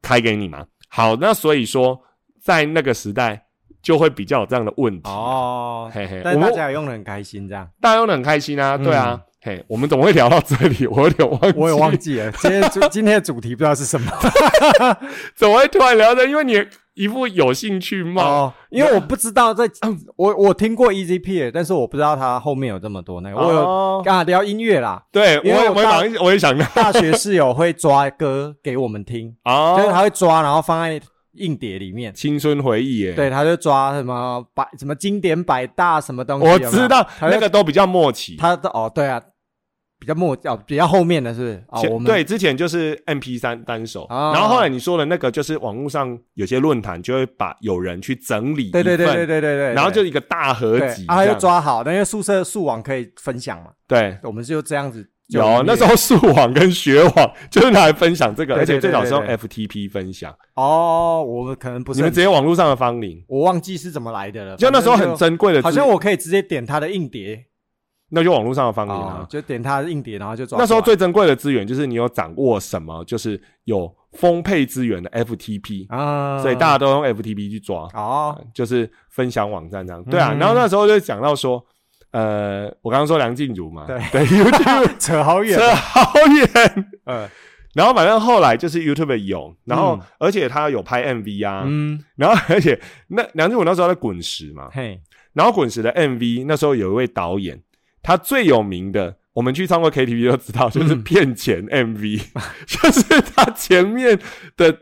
Speaker 1: 开给你嘛。好，那所以说在那个时代就会比较有这样的问题。
Speaker 2: 哦，
Speaker 1: 嘿嘿，
Speaker 2: 但
Speaker 1: 我
Speaker 2: 是大
Speaker 1: 们
Speaker 2: 家也用的很开心，这样
Speaker 1: 大家都很开心啊，对啊，嘿，我们怎么会聊到这里？ 我有点忘记，
Speaker 2: 嗯我也忘记了。今天主今天的主题不知道是什么
Speaker 1: 怎么会突然聊到这？因为你一副有兴趣嘛，
Speaker 2: 哦， 因为我不知道在，我我听过 E EZP，但是我不知道它后面有这么多那个。我有
Speaker 1: 哦
Speaker 2: 啊聊音乐啦，
Speaker 1: 对我
Speaker 2: 因为
Speaker 1: 也
Speaker 2: 我
Speaker 1: 会
Speaker 2: 大
Speaker 1: 马上，我也想到
Speaker 2: 大学室友会抓歌给我们听，就是
Speaker 1: 哦，
Speaker 2: 他会抓，然后放在硬碟里面。
Speaker 1: 青春回忆耶，
Speaker 2: 对，他就抓什么百什么经典百大什么东西，
Speaker 1: 我
Speaker 2: 有没有
Speaker 1: 知道
Speaker 2: 他就
Speaker 1: 那个都比较默契。
Speaker 2: 他的哦，对啊，比较末哦，比较后面的是不是哦，
Speaker 1: 前
Speaker 2: 我们
Speaker 1: 对之前就是 M P 三单手，
Speaker 2: 哦
Speaker 1: 然后后来你说的那个就是网络上有些论坛就会把有人去整理一
Speaker 2: 对
Speaker 1: 份，
Speaker 2: 对对对对对对，
Speaker 1: 然后就一个大合
Speaker 2: 对
Speaker 1: 集，
Speaker 2: 啊，他
Speaker 1: 这
Speaker 2: 就
Speaker 1: 样
Speaker 2: 抓好，但因为宿舍宿网可以分享嘛，
Speaker 1: 对。
Speaker 2: 我们就这样子就
Speaker 1: 有那时候速网跟学网就是拿来分享这个，
Speaker 2: 对
Speaker 1: 而且
Speaker 2: 对对
Speaker 1: 最早是用
Speaker 2: 对对
Speaker 1: FTP 分享，
Speaker 2: 哦，我们可能不
Speaker 1: 你
Speaker 2: 是
Speaker 1: 们
Speaker 2: 很，
Speaker 1: 直接网络上的芳龄，
Speaker 2: 我忘记是怎么来的了，
Speaker 1: 就那时候
Speaker 2: 反
Speaker 1: 很
Speaker 2: 正
Speaker 1: 珍贵的资，
Speaker 2: 好像我可以直接点他的硬碟
Speaker 1: 那就网络上的芳龄
Speaker 2: 哦
Speaker 1: 啊，。
Speaker 2: 就点他的硬碟，然后就抓啊
Speaker 1: 那时候
Speaker 2: 出来
Speaker 1: 最珍贵的资源就是你有掌握什么，就是有丰沛资源的 FTP，
Speaker 2: 啊，
Speaker 1: 所以大家都用 FTP 去抓。
Speaker 2: 哦
Speaker 1: 就是分享网站这样。对啊，
Speaker 2: 嗯
Speaker 1: 然后那时候就讲到说，呃，我刚刚说梁静茹嘛，
Speaker 2: 对
Speaker 1: 对 ，YouTube
Speaker 2: 扯好远，
Speaker 1: 扯好远。
Speaker 2: 呃
Speaker 1: 然后反正后来就是 YouTube 有，然后、
Speaker 2: 嗯
Speaker 1: 而且他有拍 MV 啊，
Speaker 2: 嗯
Speaker 1: 然后而且那梁静茹那时候在滚石嘛，
Speaker 2: 嘿
Speaker 1: 然后滚石的 MV 那时候有一位导演，他最有名的。我们去唱过 KTV 都知道，就是
Speaker 2: 嗯
Speaker 1: 骗钱 MV，、就是他前面的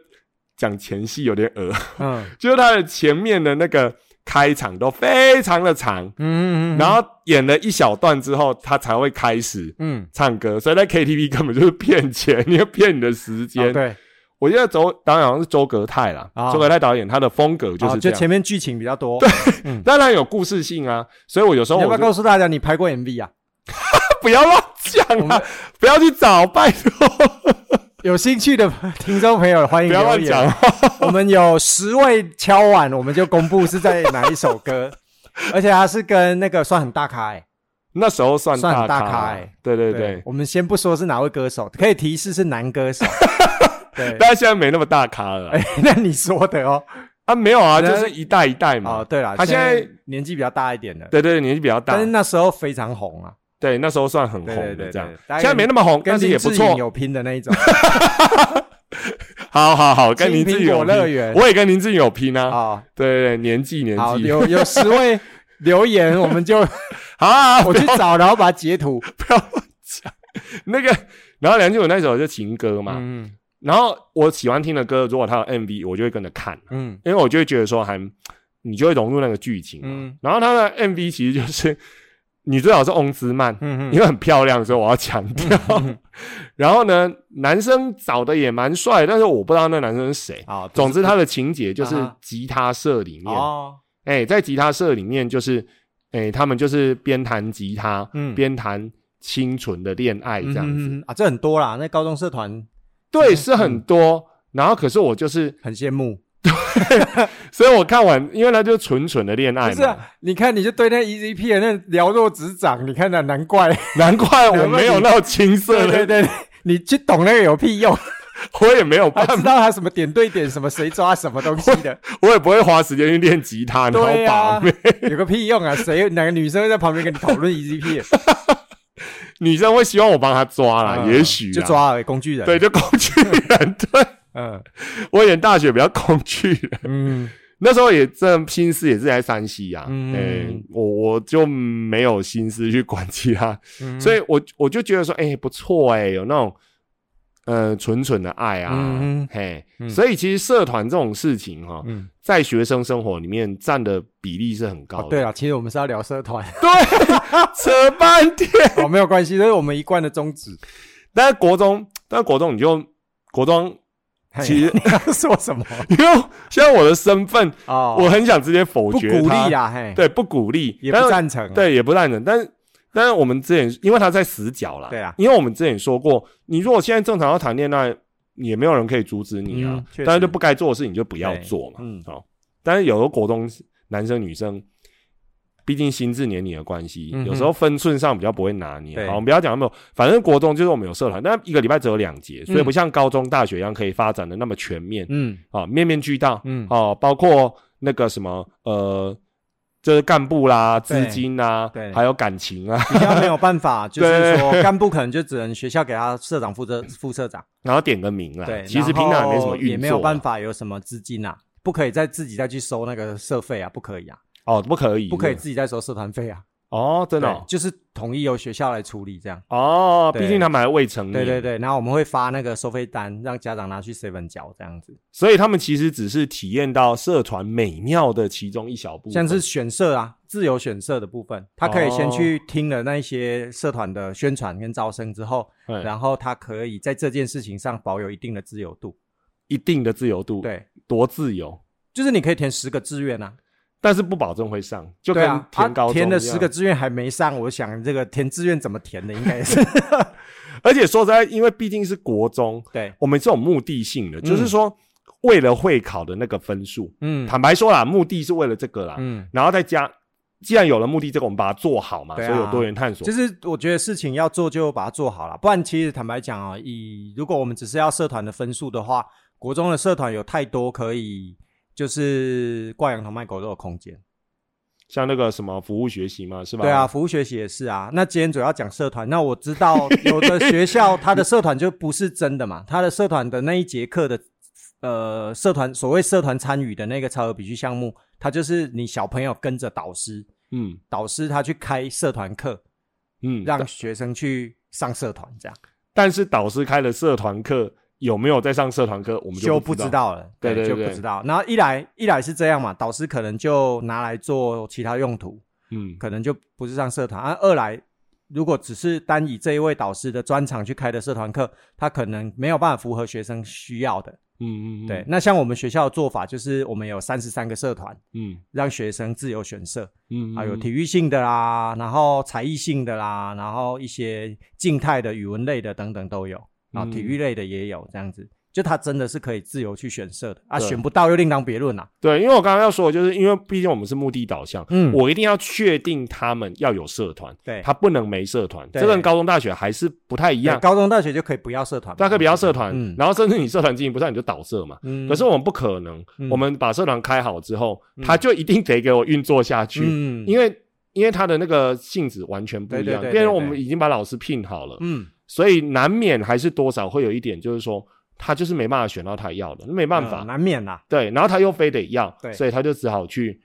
Speaker 1: 讲前戏有点恶
Speaker 2: 嗯
Speaker 1: 就是他的前面的那个开场都非常的长，
Speaker 2: 嗯嗯，嗯
Speaker 1: 然后演了一小段之后，他才会开始
Speaker 2: 嗯哦
Speaker 1: 唱歌，所以在 KTV 根本就是骗钱， 你要骗你的时间。
Speaker 2: 哦对，
Speaker 1: 我觉得周当然好像是周格泰啦，
Speaker 2: 啊
Speaker 1: 周格泰导演他的风格就
Speaker 2: 哦
Speaker 1: 是这
Speaker 2: 就
Speaker 1: 样，
Speaker 2: 前面剧情比较多，
Speaker 1: 当然有故事性啊，所以我有时候
Speaker 2: 你
Speaker 1: 我
Speaker 2: 要不
Speaker 1: 就
Speaker 2: 要告诉大家你拍过 MV 啊？
Speaker 1: 不要乱讲
Speaker 2: 我
Speaker 1: 啊
Speaker 2: 们，
Speaker 1: 不要去找，拜托，
Speaker 2: 有兴趣的 听众朋友，欢迎
Speaker 1: 不要
Speaker 2: 留
Speaker 1: 乱讲
Speaker 2: 言。
Speaker 1: 啊。
Speaker 2: 我们有十位敲碗，我们就公布是在哪一首 歌，而且它是跟那个算很大咖、欸，
Speaker 1: 那时候算
Speaker 2: 算
Speaker 1: 大
Speaker 2: 大
Speaker 1: 咖
Speaker 2: 咖
Speaker 1: 啊
Speaker 2: 欸，
Speaker 1: 对对对，
Speaker 2: 我们先不说是哪位歌手，可以提示是男 歌手。对，
Speaker 1: 但现在没那么大咖了啊
Speaker 2: 哎、 那你说的哦。
Speaker 1: 啊，没有啊，
Speaker 2: 那
Speaker 1: 就是一代一代嘛
Speaker 2: 哦，。对了，
Speaker 1: 他现在
Speaker 2: 在年纪比较大一点了，
Speaker 1: 对对，对年纪比较大，
Speaker 2: 但是那时候非常红啊，
Speaker 1: 对，那时候算很
Speaker 2: 对
Speaker 1: 红
Speaker 2: 对
Speaker 1: 的
Speaker 2: 对
Speaker 1: 这样
Speaker 2: 对，
Speaker 1: 现在没那么红，
Speaker 2: 跟
Speaker 1: 但是
Speaker 2: 林
Speaker 1: 也不
Speaker 2: 志颖
Speaker 1: 错。
Speaker 2: 有拼的那一 种
Speaker 1: 好好好，跟
Speaker 2: 青
Speaker 1: 林志颖有
Speaker 2: 苹果
Speaker 1: 拼
Speaker 2: 乐园
Speaker 1: 我也跟林志颖有拼啊。
Speaker 2: 啊。
Speaker 1: 对对对，年纪年
Speaker 2: 好，
Speaker 1: 纪，
Speaker 2: 有有十位 留言，我们就
Speaker 1: 好啊，
Speaker 2: 我去找，然后把它截图。
Speaker 1: 那个，然后梁静茹那首就情歌嘛，
Speaker 2: 嗯
Speaker 1: 然后我喜欢听的歌，如果它有 MV，我就会跟着看，
Speaker 2: 嗯
Speaker 1: 因为我就会觉得说还你就会融入那个剧情嘛
Speaker 2: 嗯。
Speaker 1: 然后它的 MV 其实就是你最好是翁之曼，
Speaker 2: 嗯
Speaker 1: 因为很漂亮，所以我要强调。 然后呢，男生找的也蛮帅，但是我不知道那男生是谁。
Speaker 2: 好，不
Speaker 1: 总
Speaker 2: 啊是哦
Speaker 1: 之，它的情节就是
Speaker 2: 啊哈
Speaker 1: 吉他社里面，哎、
Speaker 2: 哦，
Speaker 1: 在吉他社里面就是，哎、他们就是边弹吉他，
Speaker 2: 嗯
Speaker 1: 边弹清纯的恋爱这样子。
Speaker 2: 嗯嗯嗯啊，这很多啦。那高中社团
Speaker 1: 对，是
Speaker 2: 嗯
Speaker 1: 很多。然后，可是我就是，
Speaker 2: 很羡慕，
Speaker 1: 所以我看完，因为它就是纯纯的恋爱
Speaker 2: 不
Speaker 1: 嘛，
Speaker 2: 是啊？你看，你就对那 EZP 的那了若指掌，你看那、难 怪，
Speaker 1: 难怪我没有
Speaker 2: 难怪你
Speaker 1: 那种青涩
Speaker 2: 对
Speaker 1: 的，
Speaker 2: 对对，对你去懂那个有 屁用？
Speaker 1: 我也没有办
Speaker 2: 还
Speaker 1: 法
Speaker 2: 知，道他什么点对点，什么谁抓什么东西 的，
Speaker 1: 我也不会花时间去练吉他，然后
Speaker 2: 对
Speaker 1: 把
Speaker 2: 啊，有个屁用啊！谁哪个女生会在旁边跟你 讨论 E EZP？
Speaker 1: 女生会希望我帮她抓啦，
Speaker 2: 嗯
Speaker 1: 啊也许
Speaker 2: 就
Speaker 1: 啦，
Speaker 2: 抓而已工具人。
Speaker 1: 对，，就工具人。 对
Speaker 2: 嗯
Speaker 1: 我演大学比较工具人，
Speaker 2: 嗯
Speaker 1: 那时候也这心思也是在山西呀、啊，嗯
Speaker 2: 嗯，
Speaker 1: 我我就没有心思去管其他，
Speaker 2: 嗯，
Speaker 1: 所
Speaker 2: 以
Speaker 1: 以我我就觉得说，哎、不错哎、有那种呃纯纯的爱啊，
Speaker 2: 嗯哼
Speaker 1: 嘿，
Speaker 2: 嗯
Speaker 1: 所以其实社团这种事情哈、
Speaker 2: 嗯，
Speaker 1: 在学生生活里面占的比例是很高
Speaker 2: 哦
Speaker 1: 的，
Speaker 2: 对了，其实我们是要聊社团，
Speaker 1: 扯半天。
Speaker 2: 哦没有关系，这是我们一贯的宗旨。
Speaker 1: 但是国中，但是国中你就国中，
Speaker 2: 嘿
Speaker 1: 其实
Speaker 2: 你要说什么？
Speaker 1: 因为现在我的身份，
Speaker 2: 哦，
Speaker 1: 我很想直接否
Speaker 2: 不
Speaker 1: 决
Speaker 2: 鼓
Speaker 1: 它
Speaker 2: 励啦，嘿，
Speaker 1: 对，不鼓励，
Speaker 2: 也
Speaker 1: 但
Speaker 2: 不
Speaker 1: 是
Speaker 2: 赞成，
Speaker 1: 嗯对，也不赞成。啊但是，但是我们之前，因为他在死角啦，
Speaker 2: 对啊
Speaker 1: 因为我们之前说过，你如果现在正常要谈恋爱，也没有人可以阻止你啊
Speaker 2: 嗯。确
Speaker 1: 但是就
Speaker 2: 实
Speaker 1: 不该做的事，你就不要哦
Speaker 2: 对
Speaker 1: 做嘛。
Speaker 2: 嗯
Speaker 1: 好、但是有的国中男生女生毕竟心智年龄的关系，
Speaker 2: 嗯哼
Speaker 1: 有时候分寸上比较不会拿捏。
Speaker 2: 对
Speaker 1: 好，我们不要讲那么，反正国中就是我们有社团，但一个礼拜只有两节，所以
Speaker 2: 嗯
Speaker 1: 不像高中、大学一样可以发展的那么全面
Speaker 2: 嗯
Speaker 1: 啊，面面俱到。
Speaker 2: 嗯，
Speaker 1: 哦，包括那个什么呃，就是干部啦、
Speaker 2: 对
Speaker 1: 资金啦
Speaker 2: 对，
Speaker 1: 还有感情啊，
Speaker 2: 比较没有办法，就
Speaker 1: 对
Speaker 2: 是说干部可能就只能学校给他社长、副 社副社长，
Speaker 1: 然后点个名啦。
Speaker 2: 对，
Speaker 1: 其实平
Speaker 2: 然
Speaker 1: 常
Speaker 2: 后
Speaker 1: 也没什么运作啊，
Speaker 2: 也没有办法有什么资金啊，不可以再自己再去收那个社费啊，不可以啊，
Speaker 1: 哦，不可以，
Speaker 2: 不可以自己再收社团费啊，
Speaker 1: 哦，真的
Speaker 2: 对就是统一由学校来处理这样。
Speaker 1: 哦，哦
Speaker 2: 对
Speaker 1: 毕竟他们还未成年，
Speaker 2: 对对，对，然后我们会发那个收费单，让家长拿去 seven 缴这样子，
Speaker 1: 所以他们其实只是体验到社团美妙的其中一小部分，
Speaker 2: 像是选社啊，自由选社的部分，他可以先
Speaker 1: 哦
Speaker 2: 去听了那一些社团的宣传跟招生之后，
Speaker 1: 嗯
Speaker 2: 然后他可以在这件事情上保有一定的自由度。
Speaker 1: 一定的自由度，，
Speaker 2: 对，
Speaker 1: 多自由。
Speaker 2: 就是你可以填十个志愿啊，
Speaker 1: 但是不保证会上，就
Speaker 2: 对
Speaker 1: 跟
Speaker 2: 啊，
Speaker 1: 填高
Speaker 2: 啊
Speaker 1: 中
Speaker 2: 填了
Speaker 1: 一样
Speaker 2: 十个志愿还没上，我想这个填志愿怎么填的，应 该是
Speaker 1: 而且说实在，因为毕竟是国中，
Speaker 2: 对，
Speaker 1: 我们这种目的性的，就是说为了会考的那个分数，
Speaker 2: 嗯
Speaker 1: 坦白说啦，目的是为了这个啦，
Speaker 2: 嗯，
Speaker 1: 然后再加，既然有了目的，这个我们把它做好嘛，
Speaker 2: 对啊
Speaker 1: 所以有多元探索。
Speaker 2: 其实我觉得事情要做就把它做好了，不然其实坦白讲啊、以如果我们只是要社团的分数的话，国中的社团有太多可以就是挂羊头卖狗肉的空间。
Speaker 1: 像那个什么服务学习嘛，是吧？
Speaker 2: 对啊，，服务学习也是啊。那今天主要讲社团，那我知道有的学校它的社团就不是真的嘛，它的社团的那一节课的呃社团所谓社团参与的那个超额比序项目，它就是你小朋友跟着导师，
Speaker 1: 嗯
Speaker 2: 导师他去开社团课，
Speaker 1: 嗯，
Speaker 2: 让学生去上社团这样。
Speaker 1: 但是导师开了社团课，有没有在上社团课，我们
Speaker 2: 就
Speaker 1: 不
Speaker 2: 不知。道了，
Speaker 1: 对对
Speaker 2: 就
Speaker 1: 对
Speaker 2: 不知道。然后一来一来是这样嘛，导师可能就拿来做其他用途，
Speaker 1: 嗯，
Speaker 2: 可能就不是上社团。啊，二来如果只是单以这一位导师的专长去开的社团课，他可能没有办法符合学生需要的。
Speaker 1: 嗯嗯，嗯
Speaker 2: 对，，那像我们学校的做法就是，我们有三十三个社团，
Speaker 1: 嗯
Speaker 2: 让学生自由选社，
Speaker 1: 嗯，
Speaker 2: 啊，有体
Speaker 1: 听，
Speaker 2: 育性的啦，然后才艺性的啦，然后一些静态的、语文类的等等都有，啊，
Speaker 1: 嗯
Speaker 2: 体育类的也有，这样子，就他真的是可以自由去选社的啊，
Speaker 1: 对
Speaker 2: 选不到又另当别论啊啦。
Speaker 1: 对，因为我刚刚要说的就是，因为毕竟我们是目的导向，
Speaker 2: 嗯
Speaker 1: 我一定要确定他们要有社团，
Speaker 2: 对，
Speaker 1: 他不能没社团，
Speaker 2: 对
Speaker 1: 这跟高中大学还是不太一
Speaker 2: 一
Speaker 1: 样。啊
Speaker 2: 高中、大学就可以不要社团嘛，
Speaker 1: 大家可以不要社团，
Speaker 2: 嗯
Speaker 1: 然后甚至你社团经营不上，你就倒社嘛。
Speaker 2: 嗯，
Speaker 1: 可是我们不可能，
Speaker 2: 嗯
Speaker 1: 我们把社团开好之后，他就一定得给我运作下去，
Speaker 2: 嗯，
Speaker 1: 因为因为他的那个性质完全不一
Speaker 2: 对
Speaker 1: 样
Speaker 2: 对。对
Speaker 1: 变成
Speaker 2: 对
Speaker 1: 我
Speaker 2: 对
Speaker 1: 们已经把老师聘好了，
Speaker 2: 嗯，
Speaker 1: 所以难免还是多少会有一点，就是说他就是没办法选到他要的，没办法，
Speaker 2: 呃难免啦，
Speaker 1: 对，然后他又非得要，
Speaker 2: 对
Speaker 1: 所以他就只好去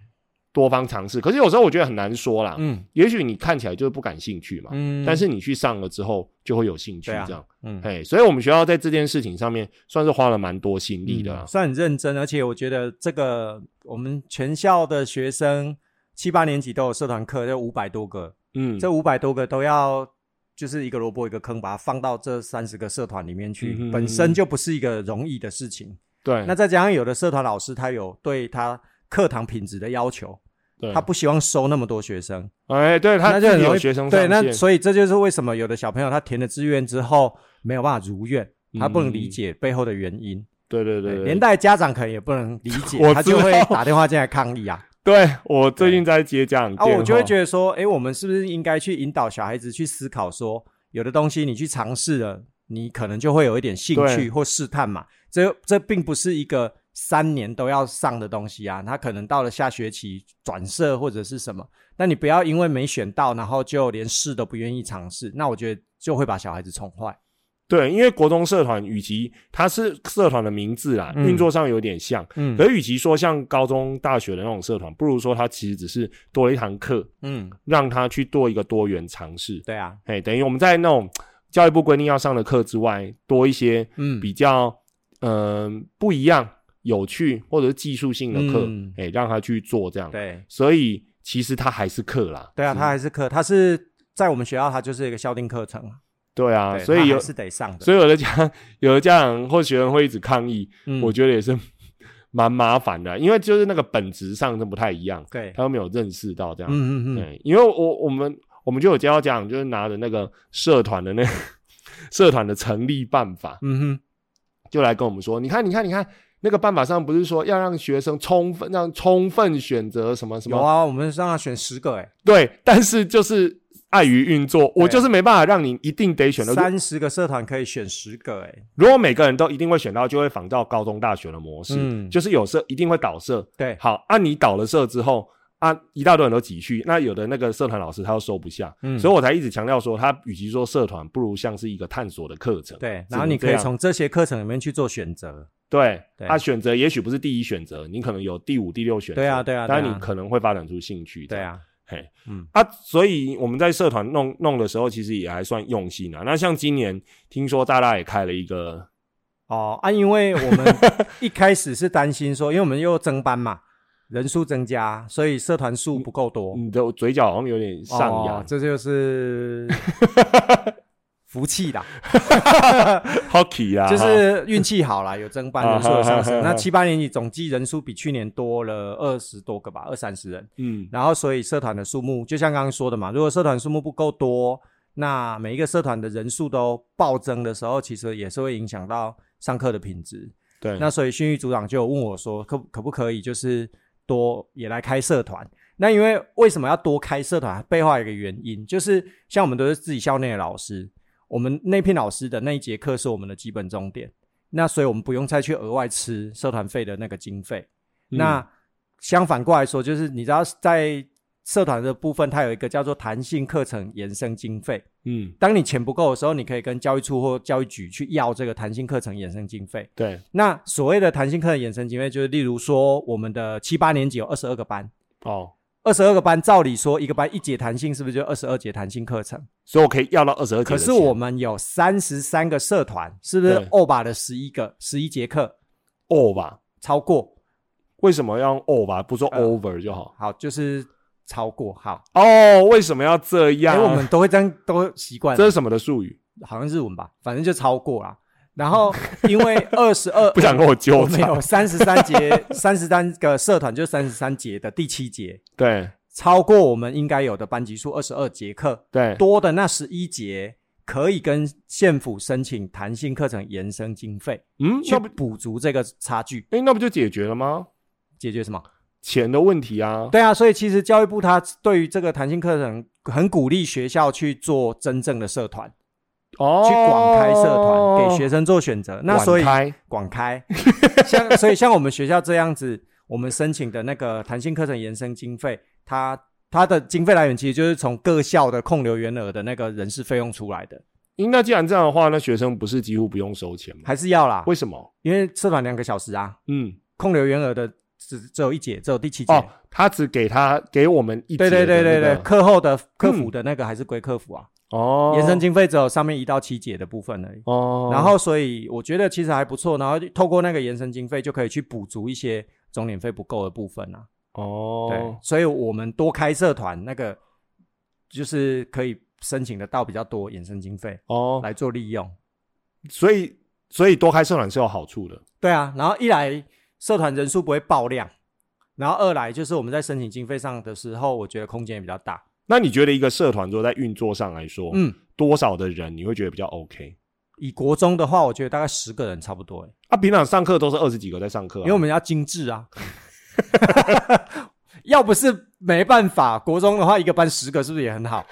Speaker 1: 多方尝试。可是有时候我觉得很难说啦，
Speaker 2: 嗯
Speaker 1: 也许你看起来就是不感兴趣嘛，
Speaker 2: 嗯，
Speaker 1: 啊但是你去上了之后就会有兴趣
Speaker 2: 对啊
Speaker 1: 这样。
Speaker 2: 嗯。
Speaker 1: 哎、所以我们学校在这件事情上面算是花了蛮多心力的、啊
Speaker 2: 嗯，算很认真，而且我觉得这个我们全校的学生七八年级都有社团课，就五百多个，
Speaker 1: 嗯，
Speaker 2: 这五百多个都要就是一个萝卜一个坑，把它放到这三十个社团里面去，
Speaker 1: 嗯哼
Speaker 2: 本身就不是一个容易的事情。
Speaker 1: 对，
Speaker 2: 那再加上有的社团老师他有对他课堂品质的要求，
Speaker 1: 对
Speaker 2: 他不希望收那么多学生，
Speaker 1: 哎，对他
Speaker 2: 那就
Speaker 1: 自
Speaker 2: 很
Speaker 1: 己
Speaker 2: 容
Speaker 1: 有
Speaker 2: 易
Speaker 1: 学生
Speaker 2: 对，
Speaker 1: 上
Speaker 2: 那
Speaker 1: 线
Speaker 2: 所以这就是为什么有的小朋友他填了志愿之后没有办法如愿，他不能理解背后的原因，
Speaker 1: 对对嗯对对，
Speaker 2: 连带家长可能也不能理
Speaker 1: 我
Speaker 2: 解，他
Speaker 1: 知
Speaker 2: 就会
Speaker 1: 道
Speaker 2: 打电话进来抗议啊。
Speaker 1: 对我最近在接家长
Speaker 2: 啊，我就会觉
Speaker 1: 得
Speaker 2: 得说，诶，我们是不是应该去引导小孩子去思考说，有的东西你去尝试了，你可能就会有一点兴
Speaker 1: 对
Speaker 2: 趣或试探嘛。这这并不是一个三年都要上的东西啊，他可能到了下学期转社或者是什么，那你不要因为没选到，然后就连试都不愿意尝试，那我觉得就会把小孩子宠坏。
Speaker 1: 对，因为国中社团与其它是社团的名字啦，
Speaker 2: 嗯
Speaker 1: 运作上有点像，
Speaker 2: 嗯
Speaker 1: 可是与其说像高中、大学的那种社团，不如说它其实只是多了一堂课，
Speaker 2: 嗯，
Speaker 1: 让他去做一个多元尝试。
Speaker 2: 对啊，
Speaker 1: 哎，等于我们在那种教育部规定要上的课之外，多一些
Speaker 2: 嗯，
Speaker 1: 比较嗯、呃不一样、有趣或者是技术性的课
Speaker 2: 嗯，
Speaker 1: 哎、让他去做这样。
Speaker 2: 对。
Speaker 1: 所以其实它还是课啦。
Speaker 2: 对啊，
Speaker 1: 是
Speaker 2: 他还是课，他是在我们学校，他就是一个校定课程啊，
Speaker 1: 对啊，
Speaker 2: 对
Speaker 1: 所
Speaker 2: 他
Speaker 1: 以
Speaker 2: 还
Speaker 1: 有
Speaker 2: 是得上的。
Speaker 1: 所以有的家 有的家长或学生会一直抗议，
Speaker 2: 嗯
Speaker 1: 我觉得也是 蛮麻烦的，啊因为就是那个本质上真不太一样，
Speaker 2: 对，
Speaker 1: 他都没有认识到这样。
Speaker 2: 嗯嗯嗯，
Speaker 1: 对，因为我我们我们就有接到家长就是拿着那个 社团的那个社团的成立办法，
Speaker 2: 嗯哼。
Speaker 1: 就来跟我们说，你看你看你看，那个办法上不是说要让学生充分让充分选择什么什么
Speaker 2: 有啊，我们让他选十个、欸，
Speaker 1: 对，但是就是碍于运作，我就是没办法让你一定得选
Speaker 2: 哎，
Speaker 1: 到。如
Speaker 2: 三十个社团可以选十个、欸，哎，
Speaker 1: 如果每个人都一定会选到，就会仿照高中大学的模式，
Speaker 2: 嗯
Speaker 1: 就是有社一定会倒社。
Speaker 2: 对，
Speaker 1: 好，啊，你倒了社之后，啊，一大堆人都挤去，那有的那个社团老师他又收不下，
Speaker 2: 嗯，
Speaker 1: 所以我才一直强调说，他与其说社团，不如像是一个探索的课程。
Speaker 2: 对，
Speaker 1: 只能
Speaker 2: 然后你
Speaker 1: 这
Speaker 2: 可以
Speaker 1: 样
Speaker 2: 从这些课程里面去做选择，
Speaker 1: 对，
Speaker 2: 对
Speaker 1: 他、选择也许不是第一选择，你可能有第五、第六选择，
Speaker 2: 对啊对啊对啊
Speaker 1: 但你可能会发展出兴趣，
Speaker 2: 对，啊，
Speaker 1: 嘿，
Speaker 2: 嗯
Speaker 1: 啊，所以我们在社团弄弄的时候，其实也还算用心啊。那像今年听说大大也开了一个，
Speaker 2: 哦啊，因为 我们一开始是担心说，因为我们又增班嘛，人数增加，所以社团数不够多，
Speaker 1: 你的嘴角好像有点嗯上扬，
Speaker 2: 哦这就是福气 啦，
Speaker 1: 好奇啦，
Speaker 2: 就是运气好啦，有增班
Speaker 1: 啊
Speaker 2: 人数有上
Speaker 1: 哈哈哈
Speaker 2: 升。
Speaker 1: 哈
Speaker 2: 那七八年级总计人数比去年多了二十多个吧，二三十人。
Speaker 1: 嗯，
Speaker 2: 然后所以社团的数目，就像刚刚说的嘛，如果社团数目不够多，那每一个社团的人数都暴增的时候，其实也是会影响到上课的品质。
Speaker 1: 对，
Speaker 2: 那所以训育组长就有问我说，可可不可以就是多也来开社团？那因为为什么要多开社团？背后有一个原因，就是像我们都是自己校内的老师，我们那聘老师的那一节课是我们的基本重点，那所以我们不用再去额外吃社团费的那个经费。
Speaker 1: 嗯
Speaker 2: 那相反过来说，就是你知道在社团的部分，它有一个叫做弹性课程延伸经费。
Speaker 1: 嗯，
Speaker 2: 当你钱不够的时候，你可以跟教育处或教育局去要这个弹性课程延伸经费。
Speaker 1: 对
Speaker 2: 那所谓的弹性课程衍生经费，就是例如说，我们的七八年级有二十二个班，
Speaker 1: 哦，
Speaker 2: 二十二个班，照理说一个班一节弹性是不是就二十二节弹性课程？
Speaker 1: 所以我可以要到二十二，
Speaker 2: 可是我们有三十三个社团，是不是
Speaker 1: 对
Speaker 2: 欧巴的十一个十一节课
Speaker 1: 哦吧，
Speaker 2: 超过？
Speaker 1: 为什么要用 o 吧，不说
Speaker 2: 呃
Speaker 1: over 就好？
Speaker 2: 好，就是超过。好，
Speaker 1: 哦，为什么要这
Speaker 2: 因
Speaker 1: 样？
Speaker 2: 哎为我们都会这样，都会习惯
Speaker 1: 这，是什么的术语？
Speaker 2: 好像日文吧，反正就超过啦。然后因为二十二
Speaker 1: 不想跟我纠
Speaker 2: 我们
Speaker 1: 缠。
Speaker 2: 有三十 三节，三十三个社团就三十三节的第七节，
Speaker 1: 对
Speaker 2: 超过我们应该有的班级数二十二节课，
Speaker 1: 对，
Speaker 2: 多的那十一节可以跟县府申请弹性课程延伸经费，
Speaker 1: 嗯，
Speaker 2: 去
Speaker 1: 那不
Speaker 2: 补足这个差距，
Speaker 1: 哎，那不就解决了吗？
Speaker 2: 解决什么？
Speaker 1: 钱的问题啊。
Speaker 2: 对啊，所以其实教育部它对于这个弹性课程很鼓励学校去做真正的社团，
Speaker 1: 哦，
Speaker 2: 去广开社团，给学生做选择。那所以
Speaker 1: 广开
Speaker 2: 广 开，像所以像我们学校这样子，我们申请的那个弹性课程延伸经费，它它的经费来源其实就是从各校的控留员额的那个人事费用出来的，
Speaker 1: 应该既然这样的话，那学生不是几乎不用收钱吗？
Speaker 2: 还是要啦，
Speaker 1: 为什么？
Speaker 2: 因为社团两个小时啊，
Speaker 1: 嗯，
Speaker 2: 控留员额的只只有一节，只有第七节。
Speaker 1: 哦，他只给他给我们一
Speaker 2: 对对对对对，嗯
Speaker 1: 对，
Speaker 2: 课后的客服的那个还是归客服啊，
Speaker 1: 哦，
Speaker 2: 延伸经费只有上面一到七节的部分而已。
Speaker 1: 哦，
Speaker 2: 然后，所以我觉得其实还不错，然后就透过那个延伸经费就可以去补足一些总年费不够的部分啊。对
Speaker 1: 哦，，
Speaker 2: 所以我们多开社团，那个就是可以申请得到比较多衍生经费
Speaker 1: 哦，
Speaker 2: 来做利用。
Speaker 1: 所以所以多开社团是有好处的，
Speaker 2: 对啊，然后一来社团人数不会爆量，然后二来就是我们在申请经费上的时候，我觉得空间也比较大。
Speaker 1: 那你觉得一个社团，如果在运作上来说，
Speaker 2: 嗯，
Speaker 1: 多少的人你会觉得比较 OK？
Speaker 2: 以国中的话，我觉得大概十个人差不多欸，
Speaker 1: 啊，平常上课都是二十几个在上课、啊，
Speaker 2: 因为我们要精致啊。 要不是没办法，国中的话一个班十个是不是也很好？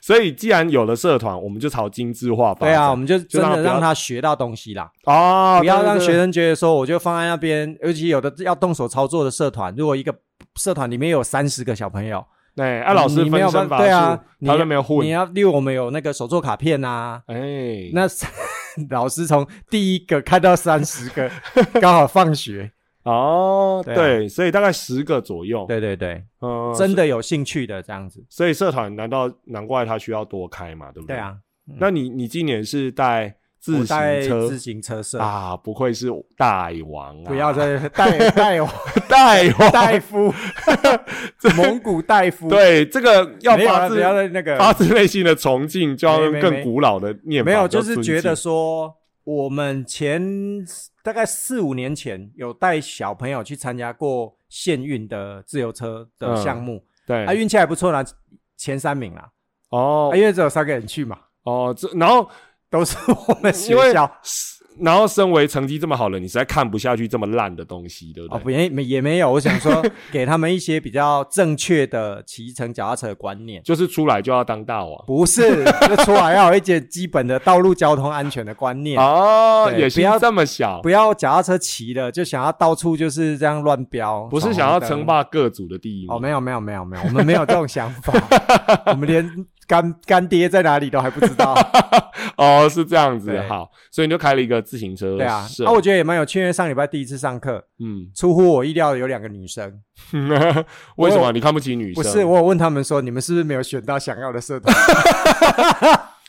Speaker 1: 所以既然有了社团，我们就朝精致化发展。
Speaker 2: 对啊，我们就真
Speaker 1: 让他
Speaker 2: 的
Speaker 1: 不要
Speaker 2: 让他学到东西啦。
Speaker 1: 哦，
Speaker 2: 不要让
Speaker 1: 对
Speaker 2: 学，生觉得说我就放在那边，尤其有的要动手操作的社团，如果一个社团里面有三十个小朋友，
Speaker 1: 对对哎，啊，老师
Speaker 2: 你没
Speaker 1: 分
Speaker 2: 有
Speaker 1: 身
Speaker 2: 办
Speaker 1: 乏
Speaker 2: 法，
Speaker 1: 术，
Speaker 2: 对啊，你
Speaker 1: 他都没有
Speaker 2: 你
Speaker 1: 混，
Speaker 2: 要，例如我们有那个手作卡片啊，
Speaker 1: 哎，
Speaker 2: 那 老师从第一个看到三十个，刚好放学。
Speaker 1: 哦，
Speaker 2: 对啊
Speaker 1: 对，所以大概十个左右，，
Speaker 2: 对对对，
Speaker 1: 嗯，
Speaker 2: 真的有兴趣的这样子。
Speaker 1: 所以社团难道难怪他需要多开嘛，对不对，
Speaker 2: 对啊，
Speaker 1: 那你你今年是带自
Speaker 2: 我
Speaker 1: 行
Speaker 2: 带
Speaker 1: 车
Speaker 2: 自行车社，
Speaker 1: 啊？不愧是大王啊！
Speaker 2: 不要再 带带我
Speaker 1: 大 王，
Speaker 2: 大 夫，蒙古大夫，，
Speaker 1: 对这个要
Speaker 2: 没有
Speaker 1: 发
Speaker 2: 啊，不
Speaker 1: 自
Speaker 2: 要再那个
Speaker 1: 发自内心的崇敬，就要用
Speaker 2: 没没
Speaker 1: 更
Speaker 2: 没
Speaker 1: 古老的念法，
Speaker 2: 没有，
Speaker 1: 比较
Speaker 2: 就是
Speaker 1: 尊
Speaker 2: 觉
Speaker 1: 敬
Speaker 2: 得说，我们前大概四五年前有带小朋友去参加过县运的自由车的项目，
Speaker 1: 嗯对
Speaker 2: 啊，运气还不错啦，前三名啦，
Speaker 1: 哦
Speaker 2: 啊，因为只有三个人去嘛，
Speaker 1: 哦，这然后
Speaker 2: 都是我们学
Speaker 1: 因为
Speaker 2: 校，
Speaker 1: 然后身为成绩这么好的，你实在看不下去这么烂的东西，对不
Speaker 2: 哦，
Speaker 1: 对？
Speaker 2: 不也没也没有，我想 说给他们一些比较正确的骑乘脚踏车的观念，
Speaker 1: 就是出来就要当大王
Speaker 2: 不是就出来要有一些基本的道路交通安全的观念，
Speaker 1: 哦，
Speaker 2: 对
Speaker 1: 野心
Speaker 2: 不要
Speaker 1: 这么小，
Speaker 2: 不要脚踏车骑了就想要到处就是这样乱飙，
Speaker 1: 不是
Speaker 2: 闯
Speaker 1: 想要
Speaker 2: 红灯
Speaker 1: 称霸各组的第一
Speaker 2: 哦，
Speaker 1: 名。
Speaker 2: 没有没有没有没有，我们没有这种想法，我们连干干爹在哪里都还不知道。
Speaker 1: 哦，是这样子，
Speaker 2: 对
Speaker 1: 好，所以你就开了一个自行车
Speaker 2: 对啊，
Speaker 1: 社
Speaker 2: 啊，我觉得也蛮有趣，因为上礼拜第一次上课，
Speaker 1: 嗯，
Speaker 2: 出乎我意料的有两个女生，
Speaker 1: 为什
Speaker 2: 我
Speaker 1: 么你看不起女
Speaker 2: 不
Speaker 1: 生？
Speaker 2: 是我有问他们说，你们是不是没有选到想要的社团？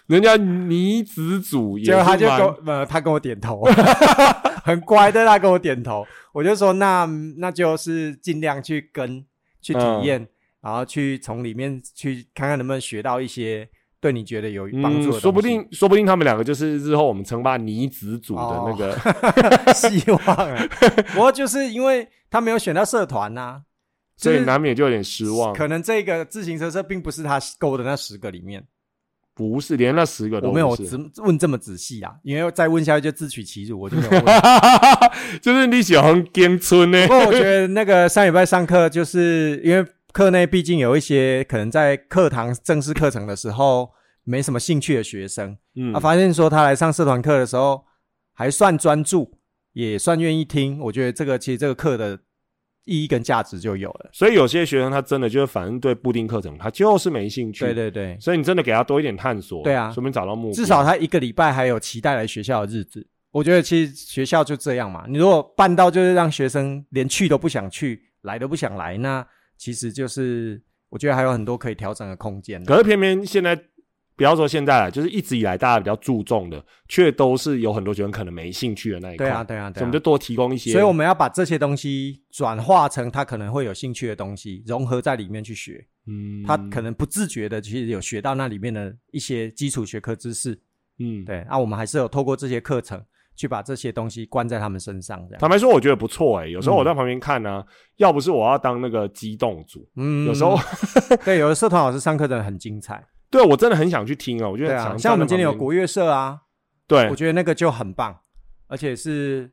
Speaker 1: 人家女子组也
Speaker 2: 结果他
Speaker 1: 是
Speaker 2: 就跟
Speaker 1: 蛮
Speaker 2: 我呃，他跟我点头， 很乖的，他跟我点头。我就说那那就是尽量去跟去
Speaker 1: 嗯
Speaker 2: 体验，然后去从里面去看看能不能学到一些对你觉得有帮助的东西、
Speaker 1: 嗯说不定，说不定他们两个就是日后我们称霸女子组的那
Speaker 2: 哦
Speaker 1: 个，
Speaker 2: 希望啊。不过就是因为他没有选到社团呐、
Speaker 1: 所
Speaker 2: 就
Speaker 1: 以
Speaker 2: 是
Speaker 1: 难免就有点失望。
Speaker 2: 可能这个自行车社并不是他勾的那十个里面。
Speaker 1: 不是，连那十个都
Speaker 2: 我没有
Speaker 1: 不是
Speaker 2: 只问这么仔细啊，因为再问下去就自取其辱，我就没有问。不
Speaker 1: 就是你喜欢跟村呢、
Speaker 2: 过我觉得那个上礼拜上课，就是因为课内毕竟有一些可能在课堂正式课程的时候没什么兴趣的学生，
Speaker 1: 嗯
Speaker 2: 啊，发现说他来上社团课的时候还算专注，也算愿意听，我觉得这个其实这个课的意义跟价值就有了。
Speaker 1: 所以有些学生他真的就是反正对固定课程他就是没兴趣，
Speaker 2: 对对对，
Speaker 1: 所以你真的给他多一点探索，
Speaker 2: 对啊
Speaker 1: 说明找到目标，
Speaker 2: 至少他一个礼拜还有期待来学校的日子。我觉得其实学校就这样嘛，你如果办到就是让学生连去都不想去，来都不想来，那其实就是我觉得还有很多可以调整的空间的。
Speaker 1: 可是偏偏现在，不要说现在了，就是一直以来大家比较注重的，却都是有很多学生可能没兴趣的那一块。
Speaker 2: 对啊，对啊，
Speaker 1: 所以
Speaker 2: 对
Speaker 1: 我
Speaker 2: 啊
Speaker 1: 们就。多提供一些。
Speaker 2: 所以我们要把这些东西转化成他可能会有兴趣的东西，融合在里面去学。
Speaker 1: 嗯
Speaker 2: 他可能不自觉的，其实有学到那里面的一些基础学科知识。
Speaker 1: 嗯，
Speaker 2: 对，啊，我们还是有透过这些课程去把这些东西关在他们身上，这样。
Speaker 1: 坦白说，我觉得不错哎、有时候
Speaker 2: 嗯
Speaker 1: 我在旁边看呢、要不是我要当那个机动组，
Speaker 2: 嗯
Speaker 1: 有时候
Speaker 2: 对，有的社团老师上课真的很精彩。
Speaker 1: 对我真的很想去听啊。我觉
Speaker 2: 对
Speaker 1: 得
Speaker 2: 啊，
Speaker 1: 想
Speaker 2: 像我们
Speaker 1: 站
Speaker 2: 今
Speaker 1: 在
Speaker 2: 天有
Speaker 1: 旁边
Speaker 2: 国乐社啊，我
Speaker 1: 对
Speaker 2: 觉得那个就很棒，而且是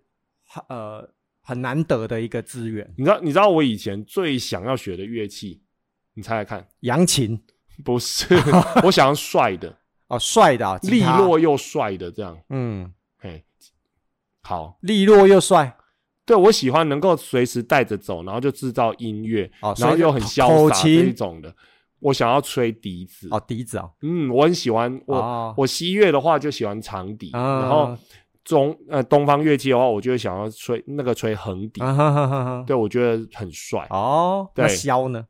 Speaker 2: 呃很难得的一个资源。
Speaker 1: 你知道你知道我以前最想要学的乐器，你猜猜看？
Speaker 2: 扬琴
Speaker 1: 不 是，我想要帅的，
Speaker 2: 哦，帅的、啊，吉
Speaker 1: 利
Speaker 2: 他，
Speaker 1: 落又帅的这样。
Speaker 2: 嗯，
Speaker 1: 嘿，好，
Speaker 2: 利落又帅
Speaker 1: 对我喜欢能够随时带着走，然后就制造音乐，
Speaker 2: 哦所以
Speaker 1: 然后又很潇
Speaker 2: 口
Speaker 1: 洒
Speaker 2: 琴
Speaker 1: 这一种的。我想要吹笛子，
Speaker 2: 哦，笛子哦，
Speaker 1: 嗯，我很喜欢我、
Speaker 2: 哦
Speaker 1: 我西乐的话就喜欢长笛，
Speaker 2: 啊
Speaker 1: 然后中呃东方乐器的话，我就会想要吹那个吹横笛，
Speaker 2: 啊哈哈哈哈，
Speaker 1: 对我觉得很帅。
Speaker 2: 哦，那
Speaker 1: 对
Speaker 2: 箫呢？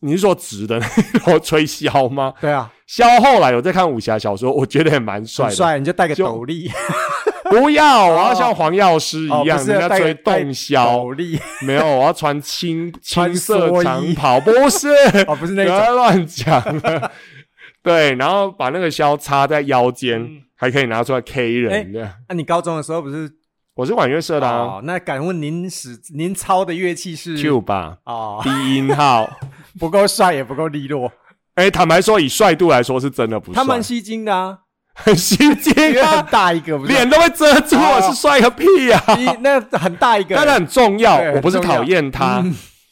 Speaker 1: 你是说直的那种吹箫吗？
Speaker 2: 对啊，
Speaker 1: 箫后来有在看武侠小说，我觉得也蛮帅
Speaker 2: 很
Speaker 1: 的。
Speaker 2: 帅，你就带个
Speaker 1: 就
Speaker 2: 斗笠，
Speaker 1: 不要，我要
Speaker 2: 哦
Speaker 1: 像黄药师一
Speaker 2: 哦不
Speaker 1: 样，
Speaker 2: 是
Speaker 1: 人家
Speaker 2: 带
Speaker 1: 吹
Speaker 2: 个带
Speaker 1: 洞箫。
Speaker 2: 斗笠
Speaker 1: 没有，我要穿青青
Speaker 2: 穿
Speaker 1: 色
Speaker 2: 蓑
Speaker 1: 长
Speaker 2: 衣
Speaker 1: 袍，不 是，
Speaker 2: 哦，不是
Speaker 1: 不
Speaker 2: 那种，
Speaker 1: 要乱讲了。对，然后把那个箫插在腰间，
Speaker 2: 嗯
Speaker 1: 还可以拿出来 K
Speaker 2: 哎
Speaker 1: 人。这样
Speaker 2: 那你高中的时候不是？
Speaker 1: 我是管乐社的啊
Speaker 2: 哦，那敢问您使您操的乐器是？
Speaker 1: ，tuba
Speaker 2: 哦，
Speaker 1: 低音号。
Speaker 2: 不够帅也不够利落，
Speaker 1: 哎，坦白说，以帅度来说，是真的不帅
Speaker 2: 他，蛮吸睛的啊，
Speaker 1: 很吸
Speaker 2: 因
Speaker 1: 睛
Speaker 2: 为很
Speaker 1: 啊，
Speaker 2: 大一个， 不是
Speaker 1: 脸都被遮住了，
Speaker 2: 哦
Speaker 1: 是帅个屁呀！
Speaker 2: 一那很大一个，
Speaker 1: 但他很重要
Speaker 2: 对，
Speaker 1: 我不是
Speaker 2: 很重要
Speaker 1: 讨厌他，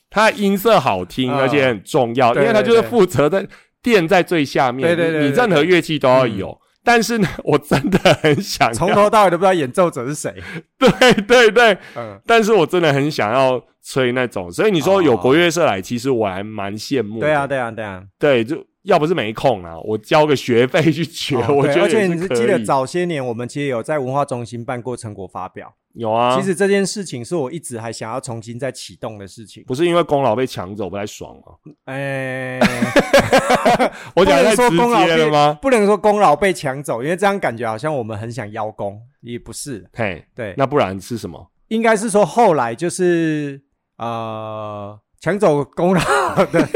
Speaker 1: 他音色好听，
Speaker 2: 嗯
Speaker 1: 而且很重要，因
Speaker 2: 对
Speaker 1: 为他
Speaker 2: 对
Speaker 1: 就是
Speaker 2: 对
Speaker 1: 负责在垫在最下面，
Speaker 2: 对对对
Speaker 1: 你你
Speaker 2: 对嗯
Speaker 1: 任何乐器都要有。但是呢，我真的很想
Speaker 2: 从
Speaker 1: 要，
Speaker 2: 头到尾都不知道演奏者是谁。
Speaker 1: 对对对，
Speaker 2: 嗯，
Speaker 1: 但是我真的很想要吹那种，所以你说
Speaker 2: 哦
Speaker 1: 有国乐社来，其实我还蛮羡慕的。
Speaker 2: 对啊，对啊，对啊。
Speaker 1: 对，就要不是没空啊，我交个学费去学，
Speaker 2: 哦
Speaker 1: 我
Speaker 2: 对
Speaker 1: 觉得
Speaker 2: 而且
Speaker 1: 也
Speaker 2: 你
Speaker 1: 是
Speaker 2: 是
Speaker 1: 可
Speaker 2: 记得
Speaker 1: 以
Speaker 2: 早些年我们其实有在文化中心办过成果发表。
Speaker 1: 有啊，
Speaker 2: 其实这件事情是我一直还想要重新再启动的事情。
Speaker 1: 不是因为功劳被抢走不太爽吗？
Speaker 2: 哎，
Speaker 1: 我讲得太直
Speaker 2: 不能说功劳
Speaker 1: 接了
Speaker 2: 被
Speaker 1: 吗？
Speaker 2: 不能说功劳被抢走，因为这样感觉好像我们很想邀功，也不是。
Speaker 1: 嘿，
Speaker 2: 对，
Speaker 1: 那不然是什么？
Speaker 2: 应该是说后来就是呃抢走功劳的，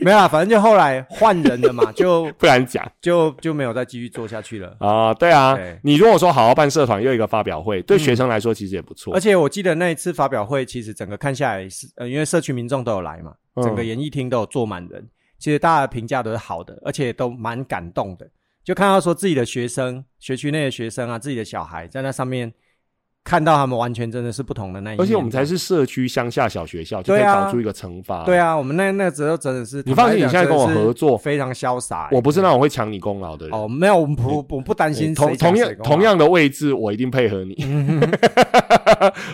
Speaker 2: 没有啦，反正就后来换人 了嘛，就
Speaker 1: 不然讲。
Speaker 2: 就就没有再继续做下去了。
Speaker 1: 啊、对啊，
Speaker 2: 对嗯
Speaker 1: 你如果说好好办社团又一个发表会，对学生来说其实也不错
Speaker 2: 而。且我记得那一次发表会，其实整个看下来是，呃，因为社区民众都有来嘛，
Speaker 1: 嗯
Speaker 2: 整个演艺厅都有坐满人，其实大家的评价都是好的，而且都蛮感动的。就看到说自己的学生、学区内的学生啊，自己的小孩在那上面看到他们完全真的是不同的那一面。
Speaker 1: 而且我们才是社区乡下小学校，就可以
Speaker 2: 对啊
Speaker 1: 搞出一个惩罚。
Speaker 2: 对啊，我们那那时候真的是，
Speaker 1: 你放心你现在跟我合作
Speaker 2: 非常潇洒。欸
Speaker 1: 我不是那种会抢你功劳的人。
Speaker 2: 哦，没有，我们不我不担心
Speaker 1: 同
Speaker 2: 谁讲
Speaker 1: 同样
Speaker 2: 谁跟啊嗯我
Speaker 1: 同样的位置，我一定配合你。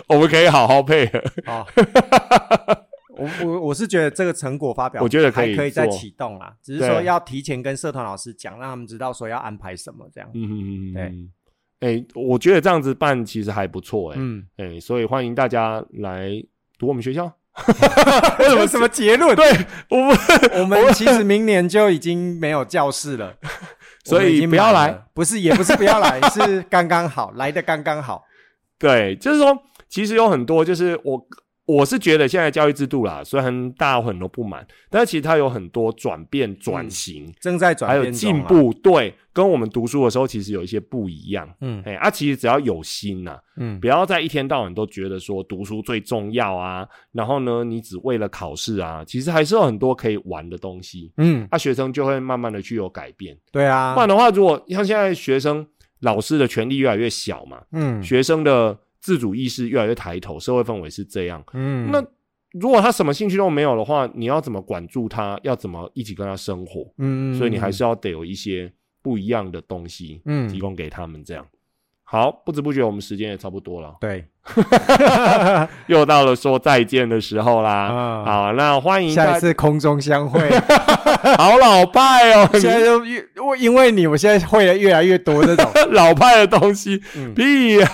Speaker 1: 我们可以好好配 合。
Speaker 2: 哦。 我我我是觉得这个成果发表，
Speaker 1: 我觉得可以
Speaker 2: 还可以再
Speaker 1: 做
Speaker 2: 启动啦，只是说
Speaker 1: 对
Speaker 2: 要提前跟社团老师讲，让他们知道说要安排什么这样。
Speaker 1: 嗯嗯嗯，
Speaker 2: 对
Speaker 1: 嗯。哎、我觉得这样子办其实还不错、哎、
Speaker 2: 嗯，
Speaker 1: 哎、所以欢迎大家来读我们学校。
Speaker 2: 为什么什么结论？
Speaker 1: 对， 我们
Speaker 2: 我们其实明年就已经没有教室了，
Speaker 1: 所以
Speaker 2: 我们已经
Speaker 1: 不要
Speaker 2: 满
Speaker 1: 来
Speaker 2: 了，不是也不是不要来，是刚刚好来的刚刚好。
Speaker 1: 对，就是说，其实有很多，就是我我是觉得现在教育制度啦，虽然大家有很多不满，但是其实它有很多转变、转型，
Speaker 2: 正在嗯转
Speaker 1: 还
Speaker 2: 变、啊
Speaker 1: 有进，步，对，跟我们读书的时候其实有一些不一样。
Speaker 2: 嗯
Speaker 1: 哎、啊，其实只要有心啊呐、
Speaker 2: 嗯
Speaker 1: 不，要再一天到晚都觉得说读书最重要啊，然后呢，你只为了考试啊，其实还是有很多可以玩的东西。
Speaker 2: 嗯，
Speaker 1: 啊，学生就会慢慢的去有改变。
Speaker 2: 对
Speaker 1: 不
Speaker 2: 啊
Speaker 1: 然，的话，如果像现在学生，老师的权力越来越小嘛，
Speaker 2: 嗯
Speaker 1: 学生的自主意识越来越抬头，社会氛围是这样。
Speaker 2: 嗯，
Speaker 1: 那如果他什么兴趣都没有的话，你要怎么管住他？要怎么一起跟他生活？
Speaker 2: 嗯，
Speaker 1: 所以你还是要得有一些不一样的东西
Speaker 2: 嗯
Speaker 1: 提供给他们。这样好，不知不觉我们时间也差不多了，
Speaker 2: 对，
Speaker 1: 又到了说再见的时候啦。
Speaker 2: 啊，
Speaker 1: 好，那欢迎
Speaker 2: 下
Speaker 1: 大
Speaker 2: 一次空中 相会。
Speaker 1: 好老派 哦，
Speaker 2: 现在就越我因为你，我现在会的越来越多这 种。
Speaker 1: 老派的东西，
Speaker 2: 嗯
Speaker 1: 屁呀、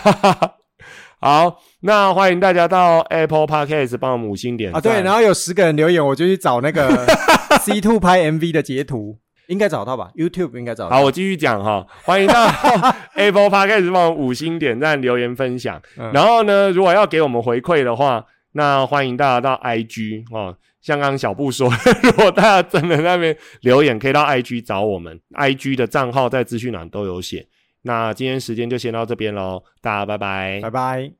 Speaker 1: 好，那欢迎大家到 Apple Podcast 帮我们五星点
Speaker 2: 啊，
Speaker 1: 赞
Speaker 2: 对，然后有十个人留言，我就去找那个 C two 拍 MV 的截图，应该找到吧？YouTube 应该找到。
Speaker 1: 好，我继续讲哈，欢迎 到 Apple Podcast 帮我们五星点赞、留言、分享。
Speaker 2: 嗯
Speaker 1: 然后呢，如果要给我们回馈的话，那欢迎大家到 IG 哦。像刚刚小布说， 如果大家真的在那边留言，可以到 IG 找我们，IG 的账号在资讯栏都有写。那今天时间就先到这边喽，大家拜拜
Speaker 2: 拜拜。